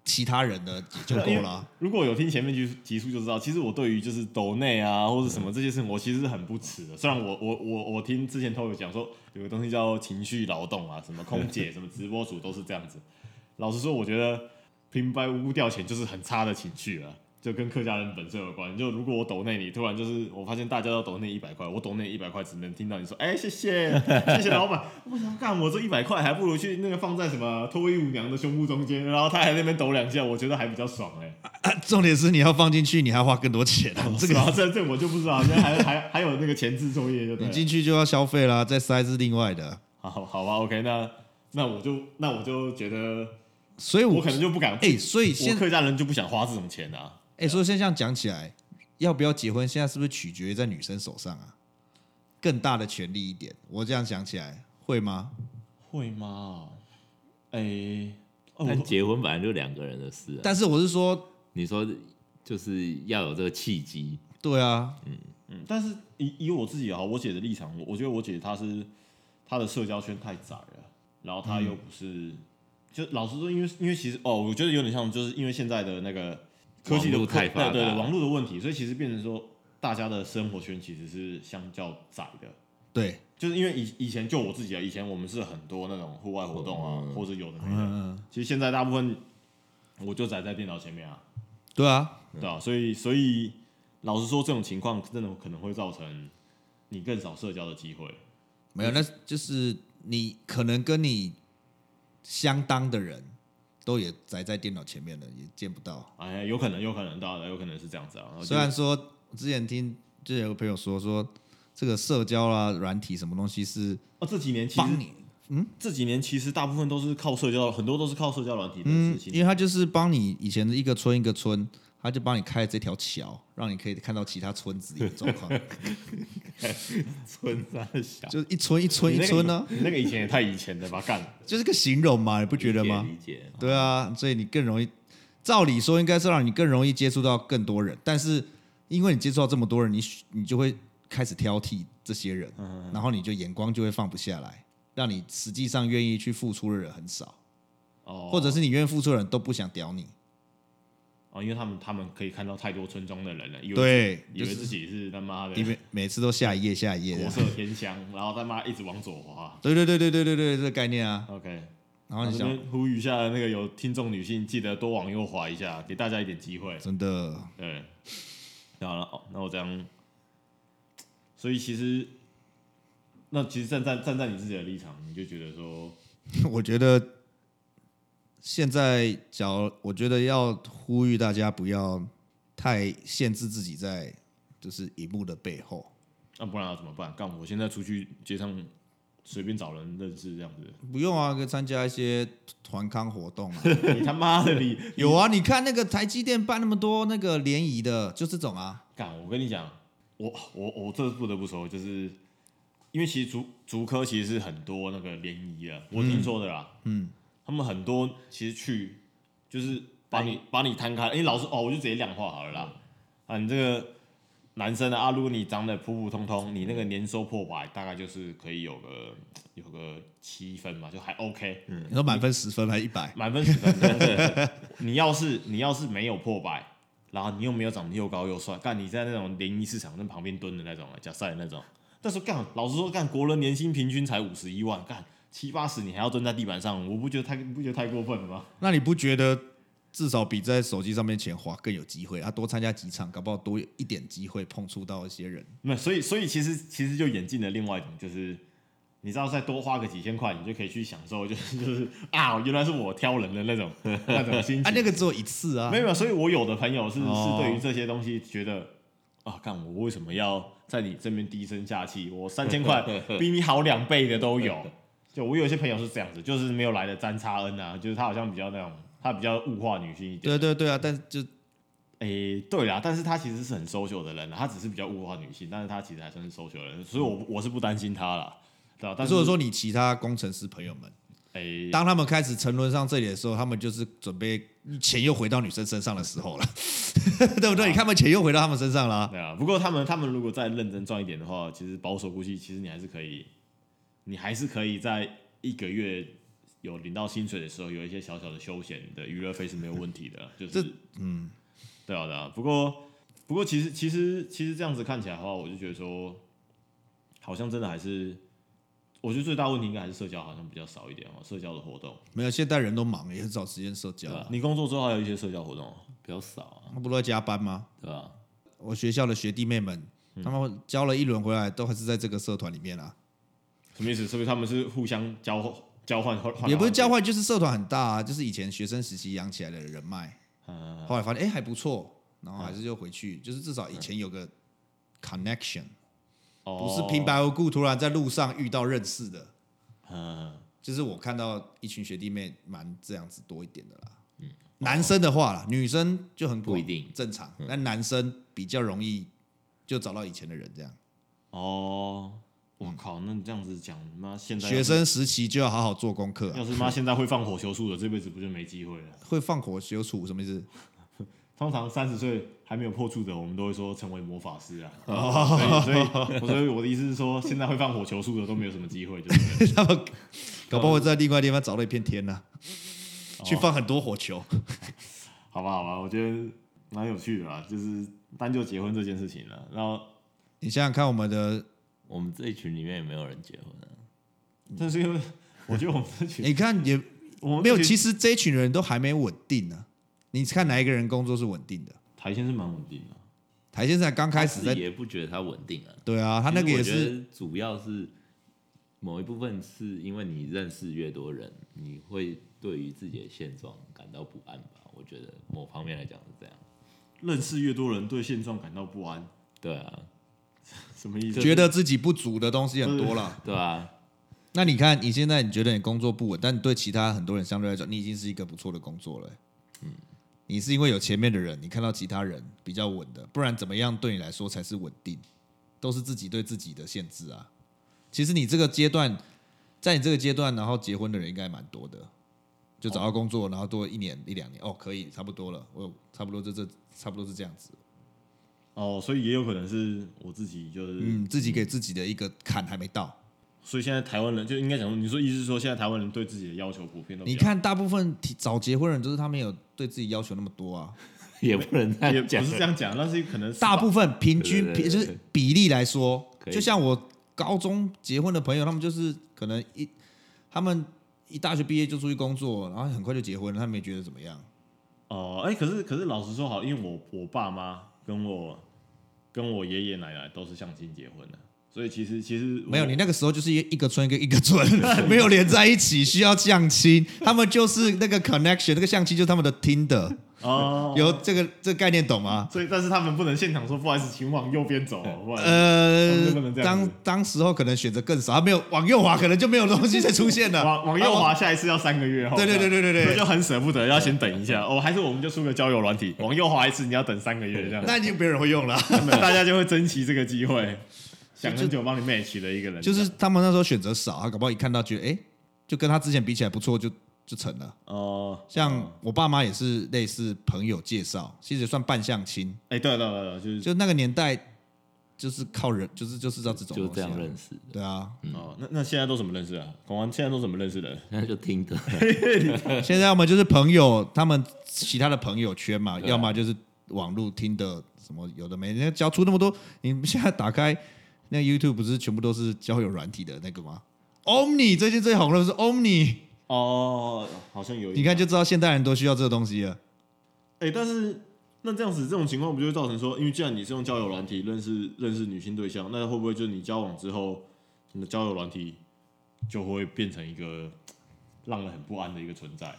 B: 其他人的也就
A: *laughs*
B: 够了啊。
A: 如果有听前面集集数就知道，其实我对于就是抖内啊或者什么这些事情，我其实是很不耻的。虽然我我我我听之前都有讲说有个东西叫情绪劳动啊，什么空姐、什么直播主都是这样子。老实说，我觉得平白无故掉钱就是很差的情绪啊，就跟客家人本身有关。就如果我抖内你，突然就是我发现大家都抖内一百块，我抖内一百块只能听到你说，哎、谢谢谢谢老板，我想干我这一百块还不如去那个放在什么脱衣舞娘的胸部中间，然后他还在那边抖两下，我觉得还比较爽哎、
B: 重点是你要放进去，你还要花更多钱啊、
A: *laughs*
B: 这
A: 这个
B: 个
A: 啊，这这我就不知道，现在还还还有那个前置作业就对
B: 你
A: 了。
B: 进去就要消费啦，再塞是另外的。
A: 好好吧，OK，那那我就那我就觉得
B: 所以我，
A: 我可能就不敢，
B: 哎、所以
A: 我
B: 现
A: 客家人就不想花这种钱啊。
B: 哎、所以现在这样讲起来，要不要结婚，现在是不是取决于在女生手上啊？更大的权利一点，我这样想起来会吗？
A: 会吗？哎、哦
C: 但
A: 我
C: 结婚本来就两个人的事、啊，
B: 但是我是说，
C: 你说就是要有这个契机，
B: 对啊，
A: 嗯，但是以以我自己啊，我姐的立场，我我觉得我姐她是她的社交圈太窄了，然后她又
C: 嗯
A: 不是，就老实说，因为因为其实哦，我觉得有点像，就是因为现在的那个科技的
C: 网络太发达
A: 对对对网络的问题，所以其实变成说大家的生活圈其实是相较窄的。
B: 对，
A: 就是因为以以前就我自己啊，以前我们是很多那种户外活动啊，
C: 嗯
A: 或者有的没的。
B: 嗯嗯，
A: 其实现在大部分我就宅在电脑前面啊，
B: 对啊，
A: 对吧、所以所以老实说，这种情况真的可能会造成你更少社交的机会。
B: 没有，那就是你可能跟你相当的人都也宅在电脑前面了，也见不到。
A: 哎，有可能，有可能，当然有可能是这样子啊。
B: 虽然说我之前听，之前有个朋友说说这个社交啦、软体什么东西是
A: 哦，这几年其实
B: 帮你，嗯
A: 这几年其实大部分都是靠社交，很多都是靠社交软体的
B: 嗯
A: 事，情。
B: 因为它就是帮你以前的一个村一个村，它就帮你开了这条桥，让你可以看到其他村子里的状况，
C: 村上小
B: 就是一村一村
A: 你
B: 一
A: 那个
B: 村呢、
A: 你那个以前也太以前了吧？干，
B: 就是个形容嘛，你不觉得吗？
C: 理解。理解
B: 对啊，所以你更容易，照理说应该是让你更容易接触到更多人，但是因为你接触到这么多人，你你就会开始挑剔这些人，
A: 嗯
B: 然后你就眼光就会放不下来，让你实际上愿意去付出的人很少，
A: 哦，
B: 或者是你愿意付出的人都不想屌你，
A: 哦，因为他们他们可以看到太多村庄的人了，以为
B: 对，
A: 以
B: 就
A: 为
B: 是
A: 自己是他妈的
B: 你每每次都下一页下一页
A: 国
B: 的，
A: 色天香，然后他妈一直往左滑。
B: 对对对对对对对，这个概念啊，
A: OK，
B: 然后你
A: 啊这
B: 想
A: 边呼吁一下那个有听众女性，记得多往右滑一下，给大家一点机会。
B: 真的 *laughs*
A: 对，好了，哦那我这样，所以其实，那其实站在站在你自己的立场，你就觉得说，
B: 我觉得现在，假如我觉得要呼吁大家不要太限制自己在就是荧幕的背后，
A: 那、啊不然要怎么办？干，我现在出去街上随便找人认识这样子，
B: 不用啊，可以参加一些团康活动
A: *laughs*
B: 啊。
A: 你他妈的你
B: 有啊，你看那个台积电办那么多那个联谊的，就这种啊。
A: 干，我跟你讲，我我我这不得不说，就是因为其实竹竹科其实是很多那个联谊啊，我听说的啦，嗯，他们很多其实去就是把你把你摊开，哎、老师哦，我就直接量化好了啦，啊，你这个男生啊，啊如果你长得普普通通，你那个年收破百，大概就是可以有个有个七分嘛，就还 OK，嗯，
B: 你说满分十分还一百，
A: 满分十分。对你要是你要是没有破百，然后你又没有长得又高又帅，干你在那种联谊市场那旁边蹲的那种，假赛的那种，但是干老实说干，国人年薪平均才五十一万，干七八十你还要蹲在地板上，我不觉得太你不觉得太过分了吗？
B: 那你不觉得至少比在手机上面钱花更有机会啊？多参加几场，搞不好多一点机会碰触到一些人。
A: 那所以所以其实其实就演进了另外一种就是。你知道再多花个几千块，你就可以去享受，就是就是啊，原来是我挑人的那种那种心情。
B: 啊，那个只有一次啊
A: 没。有，没有所以我有的朋友是、
B: 哦
A: 是对于这些东西觉得啊，干我为什么要在你这边低声下气？我三千
B: *laughs*
A: 块比你好两倍的都有。就我有一些朋友是这样子，就是没有来的沾差恩啊，就是他好像比较那种，他比较物化女性一点。
B: 对对对啊，但就
A: 诶、对啦，但是他其实是很 social 的人啦，他只是比较物化女性，但是他其实还算是 social 的人，所以我我是不担心他啦，对吧、啊但是
B: 所以说，你其他工程师朋友们，
A: 诶、
B: 当他们开始沉沦上这里的时候，他们就是准备钱又回到女生身上的时候了， *laughs* 对不对？你看，他们钱又回到他们身上了啊、
A: 对啊，不过他们他们如果再认真赚一点的话，其实保守估计，其实你还是可以，你还是可以在一个月有领到薪水的时候，有一些小小的休闲的娱乐费是没有问题的啦，就是嗯，对啊对啊。不过不过其实其实其实这样子看起来的话，我就觉得说，好像真的还是，我觉得最大问题应该还是社交好像比较少一点哦，社交的活动。
B: 没有，现代人都忙，也很少时间社交
C: 对啊
B: 啊，
A: 你工作之后还有一些社交活动哦，
C: 比较少啊，
B: 那不都在加班吗？
C: 对吧、
B: 我学校的学弟妹们，他们教了一轮回来，都还是在这个社团里面啊，
A: 什么意思？是不是他们是互相交换交换？换来换
B: 也不是
A: 去
B: 交换，就是社团很大啊，就是以前学生时期养起来的人脉，
A: 嗯，
B: 后来发现哎、还不错，然后还是就回去，就是至少以前有个 connection，
A: 哦
B: 不是平，白无故突然在路上遇到认识的，
A: 嗯，
B: 就是我看到一群学弟妹蛮这样子多一点的啦。男生的话啦，女生就很广
C: 不一定
B: 正常，但男生比较容易就找到以前的人这样。
A: 哦，我靠，那你这样子讲，妈现在要嗯
B: 学生时期就要好好做功课啊、
A: 要是妈现在会放火球术的，这辈子不就没机会了？
B: 会放火修处什么意思？ *laughs*
A: 通常三十岁还没有破处的，我们都会说成为魔法师啊。
B: 哦
A: 所以，所以，所以我的意思是说，现在会放火球术的都没有什么机会，对不对？
B: 他们搞不好会在另外地方找到一片天呢、去放很多火球。
A: *laughs* 好吧，好吧，我觉得蛮有趣的啦，就是单就结婚这件事情了。然后，
B: 你想想看，我们的
C: 我们这一群里面也没有人结婚啊，
A: 但是因为我觉得我们这群，
B: 你看也
A: 我们
B: 哎没有，
A: 这群
B: 其实这一群人都还没稳定呢、你看哪一个人工作是稳定的？
A: 台先是蛮稳定的。
B: 台先生刚开始在，
C: 也不觉得他稳定啊，
B: 对啊，他那个也
C: 其实我觉
B: 是
C: 得主要是某一部分是因为你认识越多人，你会对于自己的现状感到不安吧？我觉得某方面来讲是这样。
A: 认识越多人，对现状感到不安，
C: 对啊，
A: 什么意思？
B: 觉得自己不足的东西很多了。
C: 对啊，
B: 那你看，你现在你觉得你工作不稳，但你对其他很多人相对来讲，你已经是一个不错的工作了、嗯，你是因为有前面的人，你看到其他人比较稳的，不然怎么样对你来说才是稳定？都是自己对自己的限制啊。其实你这个阶段，在你这个阶段，然后结婚的人应该蛮多的，就找到工作，然后多一年一两年，哦，可以，差不多了，我有差不多就这，差不多是这样子。
A: 哦，所以也有可能是我自己就是，
B: 嗯，自己给自己的一个坎还没到。
A: 所以现在台湾人就应该讲说，你说意思是说现在台湾人对自己的要求普遍都比
B: 你
A: 较
B: 看，大部分提早结婚人，就是他没有对自己要求那么多
C: *laughs*
B: 啊。
C: 也不能这
A: 也
C: 样
A: 不
C: 讲
A: 是。这样讲，但是可能是
B: 大部分平均
C: 对对
B: 平
C: 对
B: 就
C: 对
B: 是比例来说，
C: 可以
B: 就像我高中结婚的朋友，他们就是可能一他们一大学毕业就出去工作，然后很快就结婚了，他们没觉得怎么样。
A: 哦，哎、可是可是老实说好，因为我我爸妈跟我跟我爷爷奶奶都是相亲结婚的，所以其实其实我
B: 没有，你那个时候就是一一个村跟一个村 *laughs* 没有连在一起，需要相亲，他们就是那个 connection，那个相亲就是他们的 Tinder，
A: 哦，
B: 有这个这个概念懂吗？
A: 所以但是他们不能现场说不好意思，请往右边走哦，不然、他们
B: 呃
A: 就不能，这样子
B: 当当时候可能选择更少，他没有往右滑，可能就没有东西再出现了。啊
A: 往往右滑，下一次要三个月后，
B: 对对对对对对
A: 所以就很舍不得，要先等一下哦，还是我们就出个交友软体，往右滑一次你要等三个月这样，
B: 那已经没有人会用了。 *laughs*
A: *laughs* 大家就会珍惜这个机会，想很久帮你 match 的一个人，
B: 就是他们那时候选择少，他搞不好一看到觉得，哎、就跟他之前比起来不错，就就成了。
A: 哦，
B: 像我爸妈也是类似朋友介绍，其实也算半相亲，
A: 哎、对对对对，就是
B: 就那个年代就是靠人，就是就是要这种
C: 就
B: 东
C: 这
B: 西
C: 样
B: 啊
C: 认识的，
B: 对啊，
A: 哦，那那现在都怎么认识啊？孔安现在都怎么认识的？
C: 那就听的。
B: 现在我们就是朋友，他们其他的朋友圈嘛，
C: 对啊
B: 要么就是网络听的什么有的没，那交出那么多，你们现在打开那个 YouTube 不是全部都是交友软体的那个吗？Omni 最近最红的是 Omni，
A: 哦，好像有一点
B: 你看就知道现代人多需要这个东西了。
A: 哎、但是那这样子这种情况不就会造成说，因为既然你是用交友软体认识认识女性对象，那会不会就是你交往之后，你的交友软体就会变成一个让人很不安的一个存在啊？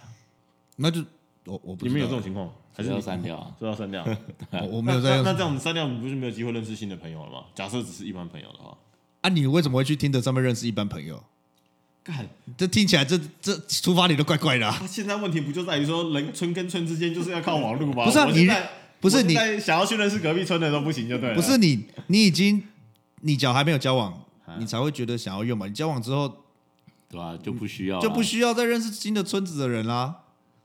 B: 那就我我不
A: 你
B: 知
A: 们
B: 道
A: 有这种情况，还是
C: 要
A: 你
C: 删掉啊？
A: 这要
B: *laughs*
A: 删掉？
B: 我我没有
A: 那那
B: 在
A: *laughs*
B: 用
A: 那这样子删掉，你不是没有机会认识新的朋友了吗？假设只是一般朋友的话，
B: 啊，你为什么会去听的上面认识一般朋友？
A: 干，
B: 这听起来这这出发点都怪怪的、啊，
A: 啊现在问题不就在于说，人村跟村之间就是要靠网络吗？
B: 不是啊
A: 我
B: 你
A: 现在
B: 不是
A: 我
B: 你
A: 现在想要去认识隔壁村的都不行，就对了。
B: 不是你你已经你脚还没有交往，
A: 啊
B: 你才会觉得想要用嘛。你交往之后
C: 对啊，就不需要啊
B: 就不需要再认识新的村子的人啦，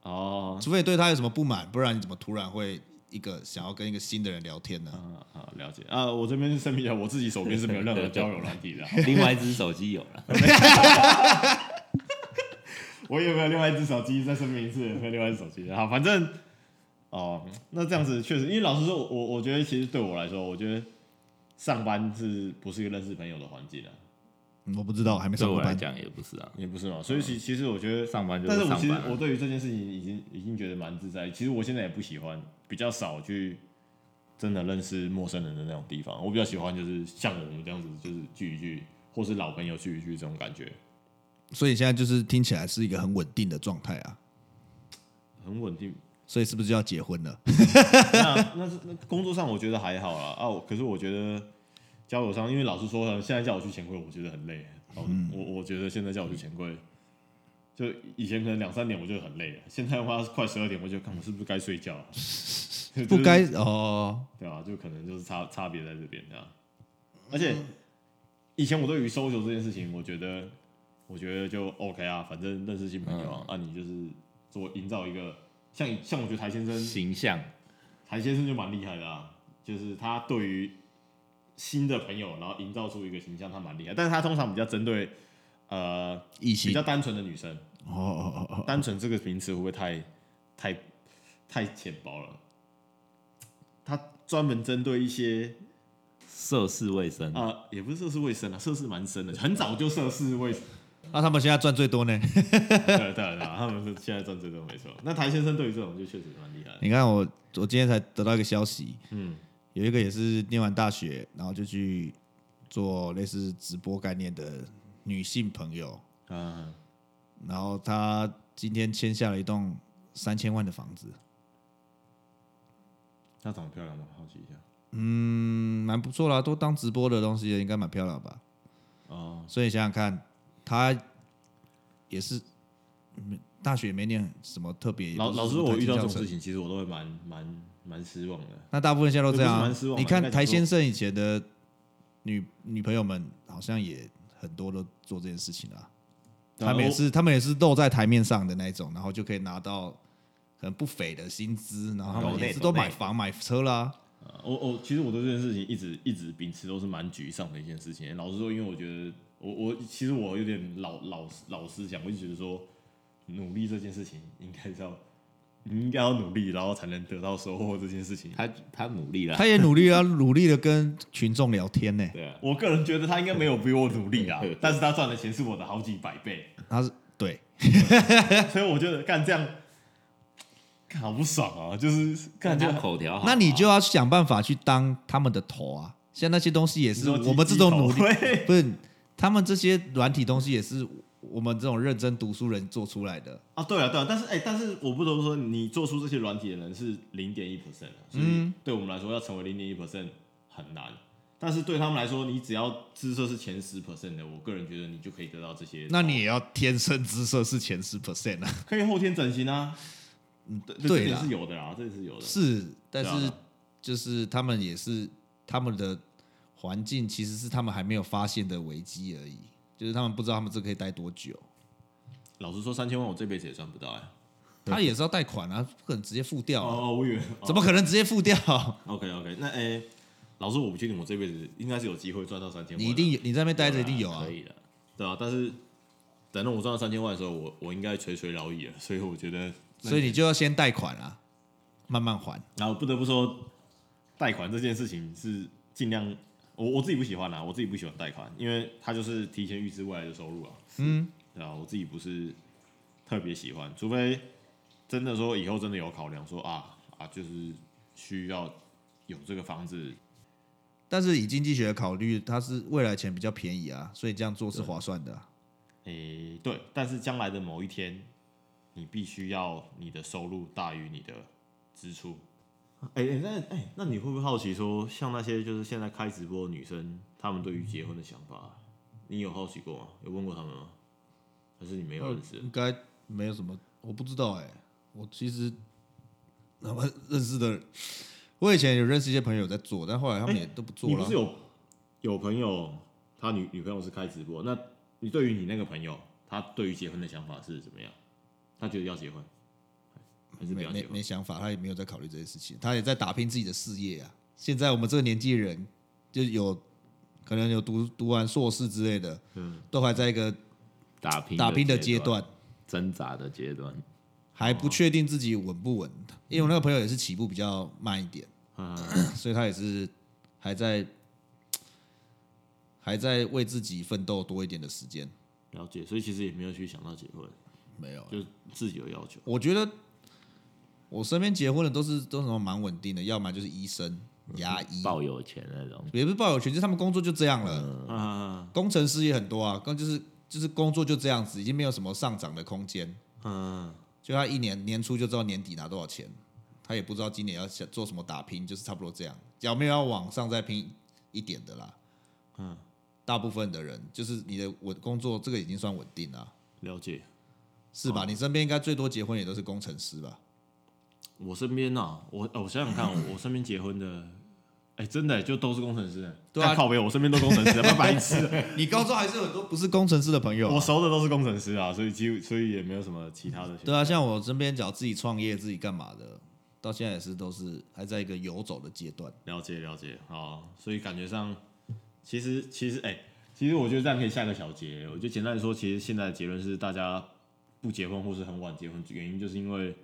A: 哦，
B: 除非对他有什么不满，不然你怎么突然会一个想要跟一个新的人聊天呢？
A: 啊好了解啊，我这边是声明一下，我自己手边是没有
B: *laughs*
A: 任何交友软体的啊，
C: 另外一只手机有了，
A: 我有没有另外一只手机？再声明一次，有没有另外一只手机？好，反正哦，那这样子确实，因为老实说，我我我觉得其实对我来说，我觉得上班是不是一个认识朋友的环境啊？
B: 嗯我不知道，还没
C: 对
B: 上
C: 我
B: 过
C: 来
B: 班。
C: 讲也不是啊，
A: 也不是嘛，所以其其实我觉得
C: 上班
A: 嗯
C: 就
A: 但是我
C: 上
A: 其实
C: 班啊、
A: 我对于这件事情已经已经觉得蛮自在。其实我现在也不喜欢比较少去真的认识陌生人的那种地方，我比较喜欢就是像我们这样子，就是聚一聚，或是老朋友聚一聚这种感觉，
B: 所以你现在就是听起来是一个很稳定的状态啊，
A: 很稳定。
B: 所以是不是就要结婚了？
A: 那那是那工作上我觉得还好啦啊，我可是我觉得交友上，因为老实说，现在叫我去钱柜，我觉得很累。哦，我我觉得现在叫我去钱柜，就以前可能两三点我就很累了，现在的话快十二点，我就看我是不是该睡觉了，就是
B: 不该哦，
A: 对啊，就可能就是差差别在这边这样。而且以前我对于搜求这件事情，我觉得我觉得就 OK 啊，反正认识新朋友啊，那、你就是做营造一个像像我觉得台先生
C: 形象
A: 台先生就蛮厉害的啊，就是他对于新的朋友，然后营造出一个形象，他蛮厉害，但是他通常比较针对呃
B: 异
A: 比
B: 性
A: 较单纯的女生，
B: 哦哦哦哦，
A: 单纯这个名词会不会太太太浅薄了？他专门针对一些
C: 涉世未深，
B: 嗯
A: 啊、也不是涉世未深啊，涉世蛮深的，很早就涉世未深。 *laughs*
B: 那他们现在赚最多呢？
A: 对对对，他们是现在赚这种没错。那谭先生对于这种就确实蛮厉害的。
B: 你看我，我今天才得到一个消息，
A: 嗯，
B: 有一个也是念完大学，然后就去做类似直播概念的女性朋友，
A: 啊，
B: 然后她今天签下了一栋三千万的房子，
A: 她长得漂亮吗？好奇一下。
B: 嗯，蛮不错啦，都当直播的东西应该蛮漂亮吧？
A: 哦，
B: 所以想想看，她也是嗯大学也没念什么特别，
A: 老
B: 也不是
A: 老实说，我遇到这种事
B: 什么太技巧层，
A: 情，其实我都会蛮蛮蛮失望的。
B: 那大部分现在都这
A: 我
B: 样啊、
A: 不是蛮失望的
B: 你
A: 应该
B: 看
A: 讲
B: 台
A: 说
B: 先生以前的女女朋友们，好像也很多都做这件事情啊。
A: 对啊
B: 他们也是，他们也是露在台面上的那一种，然后就可以拿到可能不菲的薪资，然后他
C: 抖
B: 们
C: 内
B: 也是
C: 抖
B: 都
C: 内
B: 买房买车啦。
A: 啊我我其实我对这件事情一直一直秉持都是蛮沮丧的一件事情。老实说，因为我觉得我我其实我有点老老老实讲，我就觉得说，努力这件事情应该是要你应该要努力，然后才能得到收获这件事
B: *laughs*
A: 情。
C: 他他努力
A: *laughs*
C: 了，
B: 他也努力啊，努力的跟群众聊天呢、
C: 对啊，
A: 我个人觉得他应该没有比我努力
B: *laughs*
A: 啦，但是他赚的钱是我的好几百倍，
B: 他是对，
A: 所以我觉得干这样， *sniffs* 干好不爽啊！就是干
C: 看
A: 这
C: 他
A: 样，
C: 口条好，
B: 那你就要想办法去当他们的头啊。像那些东西也
A: 你
B: 是
A: 说鸡
B: 我们这种
A: 鸡头 *laughs*
B: 努力，
A: 对
B: 不是他们这些软体东西也是我们这种认真读书人做出来的。
A: 啊，对啊，对啊，但是哎、但是我不得不说，你做出这些软体的人是零点一 percent 啊所以
B: 嗯
A: 对我们来说要成为零点一 percent 很难。但是对他们来说，你只要姿色是前十 percent 的，我个人觉得你就可以得到这些。
B: 那你也要天生姿色是前十 percent 啊。
A: 可以后天整形啊，嗯，对，这
B: 对
A: 点
B: 啦
A: 是有的啦，这点是有的。
B: 是，但
A: 对
B: 是
A: 啊
B: 就是他们也是他们的环境其实是他们还没有发现的危机而已，就是他们不知道他们这可以待多久。
A: 老实说，三千万我这辈子也赚不到哎、
B: 他也是要贷款啊，不可能直接付掉啊、
A: 哦，我以为哦
B: 怎么可能直接付 *laughs* 掉？
A: OK OK，那诶、老师，我不确定我这辈子应该是有机会赚到三千万啊，
B: 你一定有，你在那边待着一定有啊
C: 可。以了，
A: 对啊，但是等到我赚到三千万的时候，我我应该垂垂老矣了，所以我觉得，
B: 所以你就要先贷款啊，慢慢还。
A: 然后不得不说，贷款这件事情是尽量我我自己不喜欢啦，我自己不喜欢贷款，因为它就是提前预支未来的收入啊，
B: 嗯，
A: 对啊，我自己不是特别喜欢，除非真的说以后真的有考量说啊啊，就是需要有这个房子，
B: 但是以经济学的考虑，它是未来钱比较便宜啊，所以这样做是划算的啊、
A: 诶、对，但是将来的某一天，你必须要你的收入大于你的支出。哎、诶那哎、那你会不会好奇说，像那些就是现在开直播的女生，她们对于结婚的想法，你有好奇过吗？有问过她们吗？还是你没有认识？
B: 应该没有什么，我不知道哎、我其实他们认识的，我以前有认识一些朋友在做，但后来他们也都不做
A: 你
B: 了。
A: 不是有有朋友，他女女朋友是开直播，那你对于你那个朋友，他对于结婚的想法是怎么样？他觉得要结婚，还是不
B: 没
A: 要
B: 没
A: 结婚？
B: 没想法，他也没有在考虑这些事情，他也在打拼自己的事业啊。现在我们这个年纪的人，就有可能有读读完硕士之类的，
A: 嗯，
B: 都还在一个
C: 打拼
B: 打拼的阶
C: 阶
B: 段，
C: 挣扎的阶段。
B: 还不确定自己稳不稳。因为我那个朋友也是起步比较慢一点，
A: 嗯，
B: *coughs* 所以他也是还在还在为自己奋斗多一点的时间。
A: 了解。所以其实也没有去想到结婚，
B: 没有，
A: 就自己有要求。
B: 我觉得我身边结婚的都是都什么蛮稳定的，要么就是医生、牙医，
C: 嗯抱有钱那种，
B: 也不是抱有权，就是他们工作就这样了。
A: 嗯
B: 工程师也很多啊，刚就是就是工作就这样子，已经没有什么上涨的空间。
A: 嗯，
B: 就他一年年初就知道年底拿多少钱，他也不知道今年要想做什么打拼，就是差不多这样。有没有要往上再拼一点的啦？
A: 嗯，
B: 大部分的人就是你的稳工作，这个已经算稳定了，啊
A: 了解。
B: 是吧？你身边应该最多结婚也都是工程师吧？
A: 我身边啊，我呃我想想看，我身边结婚的，哎，真的就都是工程师。
B: 对啊
A: 干靠北，我身边都工程师，啊不白痴。
B: *laughs* *laughs* 你高中还是有很多不是工程师的朋友、
A: 我
B: 啊。
A: 熟的都是工程师啊，所以几乎所以也没有什么其他的选择。
B: 对啊，像我身边讲自己创业、自己干嘛的，到现在也是都是还在一个游走的阶段。
A: 了解了解，好，所以感觉上，其实其实哎、其实我觉得这样可以下一个小结。我就简单的说，其实现在的结论是，大家不结婚或是很晚结婚，原因就是因为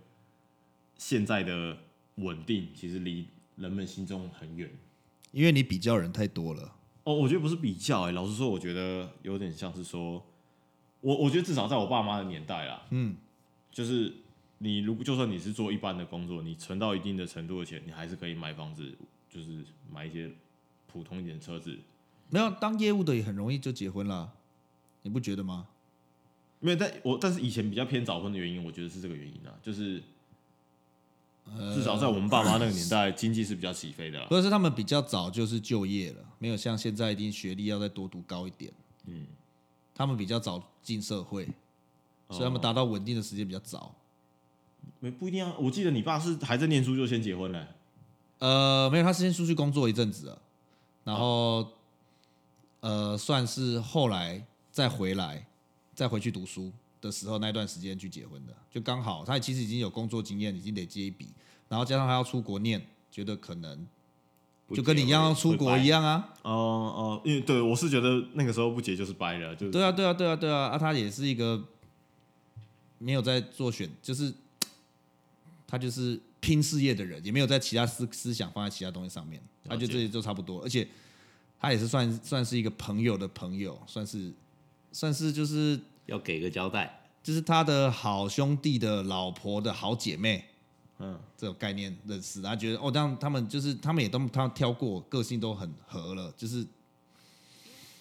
A: 现在的稳定其实离人们心中很远。
B: 因为你比较人太多了，
A: 哦，我觉得不是比较、哎，老实说，我觉得有点像是说，我我觉得至少在我爸妈的年代啦，
B: 嗯，
A: 就是你如就算你是做一般的工作，你存到一定的程度的钱，你还是可以买房子，就是买一些普通一点的车子。
B: 没有当业务的也很容易就结婚啦，你不觉得吗？
A: 没有，但我但是以前比较偏早婚的原因，我觉得是这个原因啊，就是至少在我们爸妈那个年代，经济是比较起飞的啊、
B: 或者是他们比较早就是就业了，没有像现在一定学历要再多读高一点。
A: 嗯，
B: 他们比较早进社会，所以他们达到稳定的时间比较早。
A: 没不一定啊。我记得你爸是还在念书就先结婚了、
B: 呃，没有，他先出去工作一阵子了，然后、呃，算是后来再回来，再回去读书的时候那段时间去结婚的，就刚好他其实已经有工作经验，已经得接一笔，然后加上他要出国念，觉得可能就跟你一样要出国一样啊。
A: 哦哦，因为对我是觉得那个时候不结就是掰了，就是
B: 对啊，对啊，对啊，对啊，啊，他也是一个没有在做选，就是他就是拼事业的人，也没有在其他思思想放在其他东西上面，他
A: 了
B: 就
A: 解
B: 这些就差不多，而且他也是算算是一个朋友的朋友，算是算是就是
C: 要给个交代。
B: 就是他的好兄弟的老婆的好姐妹
A: 嗯，
B: 这种概念认识，他觉得哦，这样他们就是他们也都他挑过，个性都很合了，就是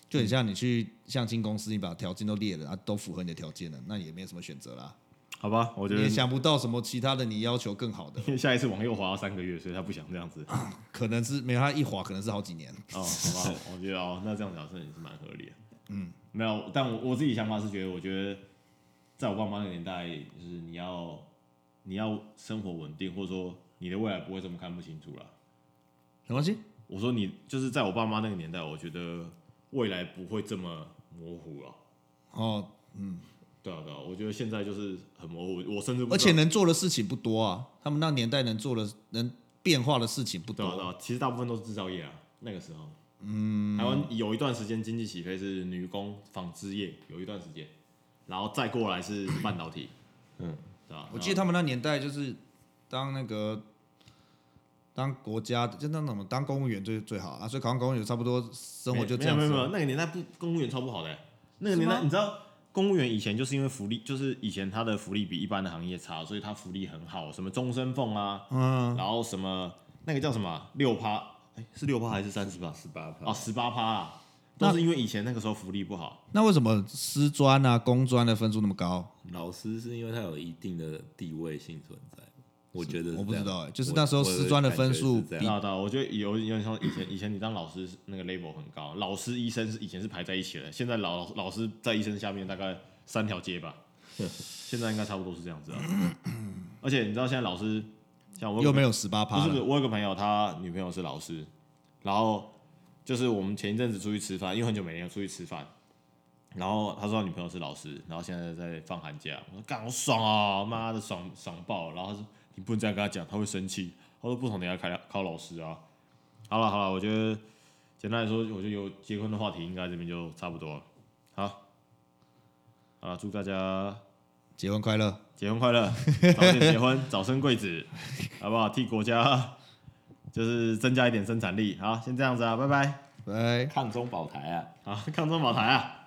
B: 就很像你去相亲公司，你把条件都列了啊，都符合你的条件了，那也没有什么选择啦，
A: 好吧，我觉
B: 你也
A: 得
B: 想不到什么其他的你要求更好的，
A: 因为 *laughs* 下一次往右滑要三个月，所以他不想这样子。哦，
B: 可能是没有他一划，可能是好几年。
A: 好吧，我觉得哦，那这样讲真的也是蛮合理的。嗯，没有，但我我自己想法是觉得，我觉得在我爸妈那个年代，就是你要你要生活稳定，或者说你的未来不会这么看不清楚了。
B: 没关系，
A: 我说你就是在我爸妈那个年代，我觉得未来不会这么模糊了。
B: 哦，
A: 对啊，对啊，我觉得现在就是很模糊，我甚至不
B: 而
A: 知道
B: 且能做的事情不多啊，他们那年代能做的、能变化的事情不
A: 对啊，对
B: 多。
A: 啊，其实大部分都是制造业啊，那个时候，嗯，台湾有一段时间经济起飞是女工、纺织业，有一段时间，然后再过来是半导体，嗯，对吧、
B: 我记得他们那年代就是当那个当国家就那种当公务员最最好啊，所以考上公务员差不多生活就这样
A: 没
B: 子
A: 有
B: 啊。
A: 没有没有，那个年代不公务员超不好的欸、那个
B: 是
A: 年
B: 吗
A: 代你知道。公务员以前就是因为福利，就是以前他的福利比一般的行业差，所以他福利很好，什么终身俸啊，
B: 嗯，
A: 然后什么那个叫什么啊六趴，哎是六趴还是三十趴？
C: 十八
A: 哦，十八趴啊，都是因为以前那个时候福利不好，
B: 那为什么师专啊、工专的分数那么高？
C: 老师是因为他有一定的地位性存在，我觉得是
B: 我不
C: 这
B: 知
C: 样
B: 道哎就是
C: 我
B: 那时候
C: 我有
B: 师专的分数
C: 感觉是这
A: 知
C: 样哦
A: 道，知道啊我觉得有有点像以前，以前你当老师是那个 level 很高，老师、医生是以前是排在一起的，现在老老师在医生下面大概三条街吧，现在应该差不多是这样子啊。而且你知道现在老师像我有
B: 又
A: 个
B: 没有十八
A: 不
B: 趴
A: 是不是，
B: 了。
A: 我有个朋友，他女朋友是老师，然后就是我们前一阵子出去吃饭，因为很久没联出去吃饭，然后他说他女朋友是老师，然后现在在放寒假，我说干好爽啊，妈的爽爽爆了！然后他说你不能这样跟他讲，他会生气。他说不同等下考考老师啊。好了好了，我觉得简单来说，我觉得有结婚的话题应该这边就差不多了。好，啊，祝大家
B: 结婚快乐，
A: 结婚快乐，早点结婚，早生贵子，好不好？替国家就是增加一点生产力。好，先这样子啊，拜拜。
B: 拜。
C: 抗中保台啊。
A: *laughs* 好，抗中保台啊！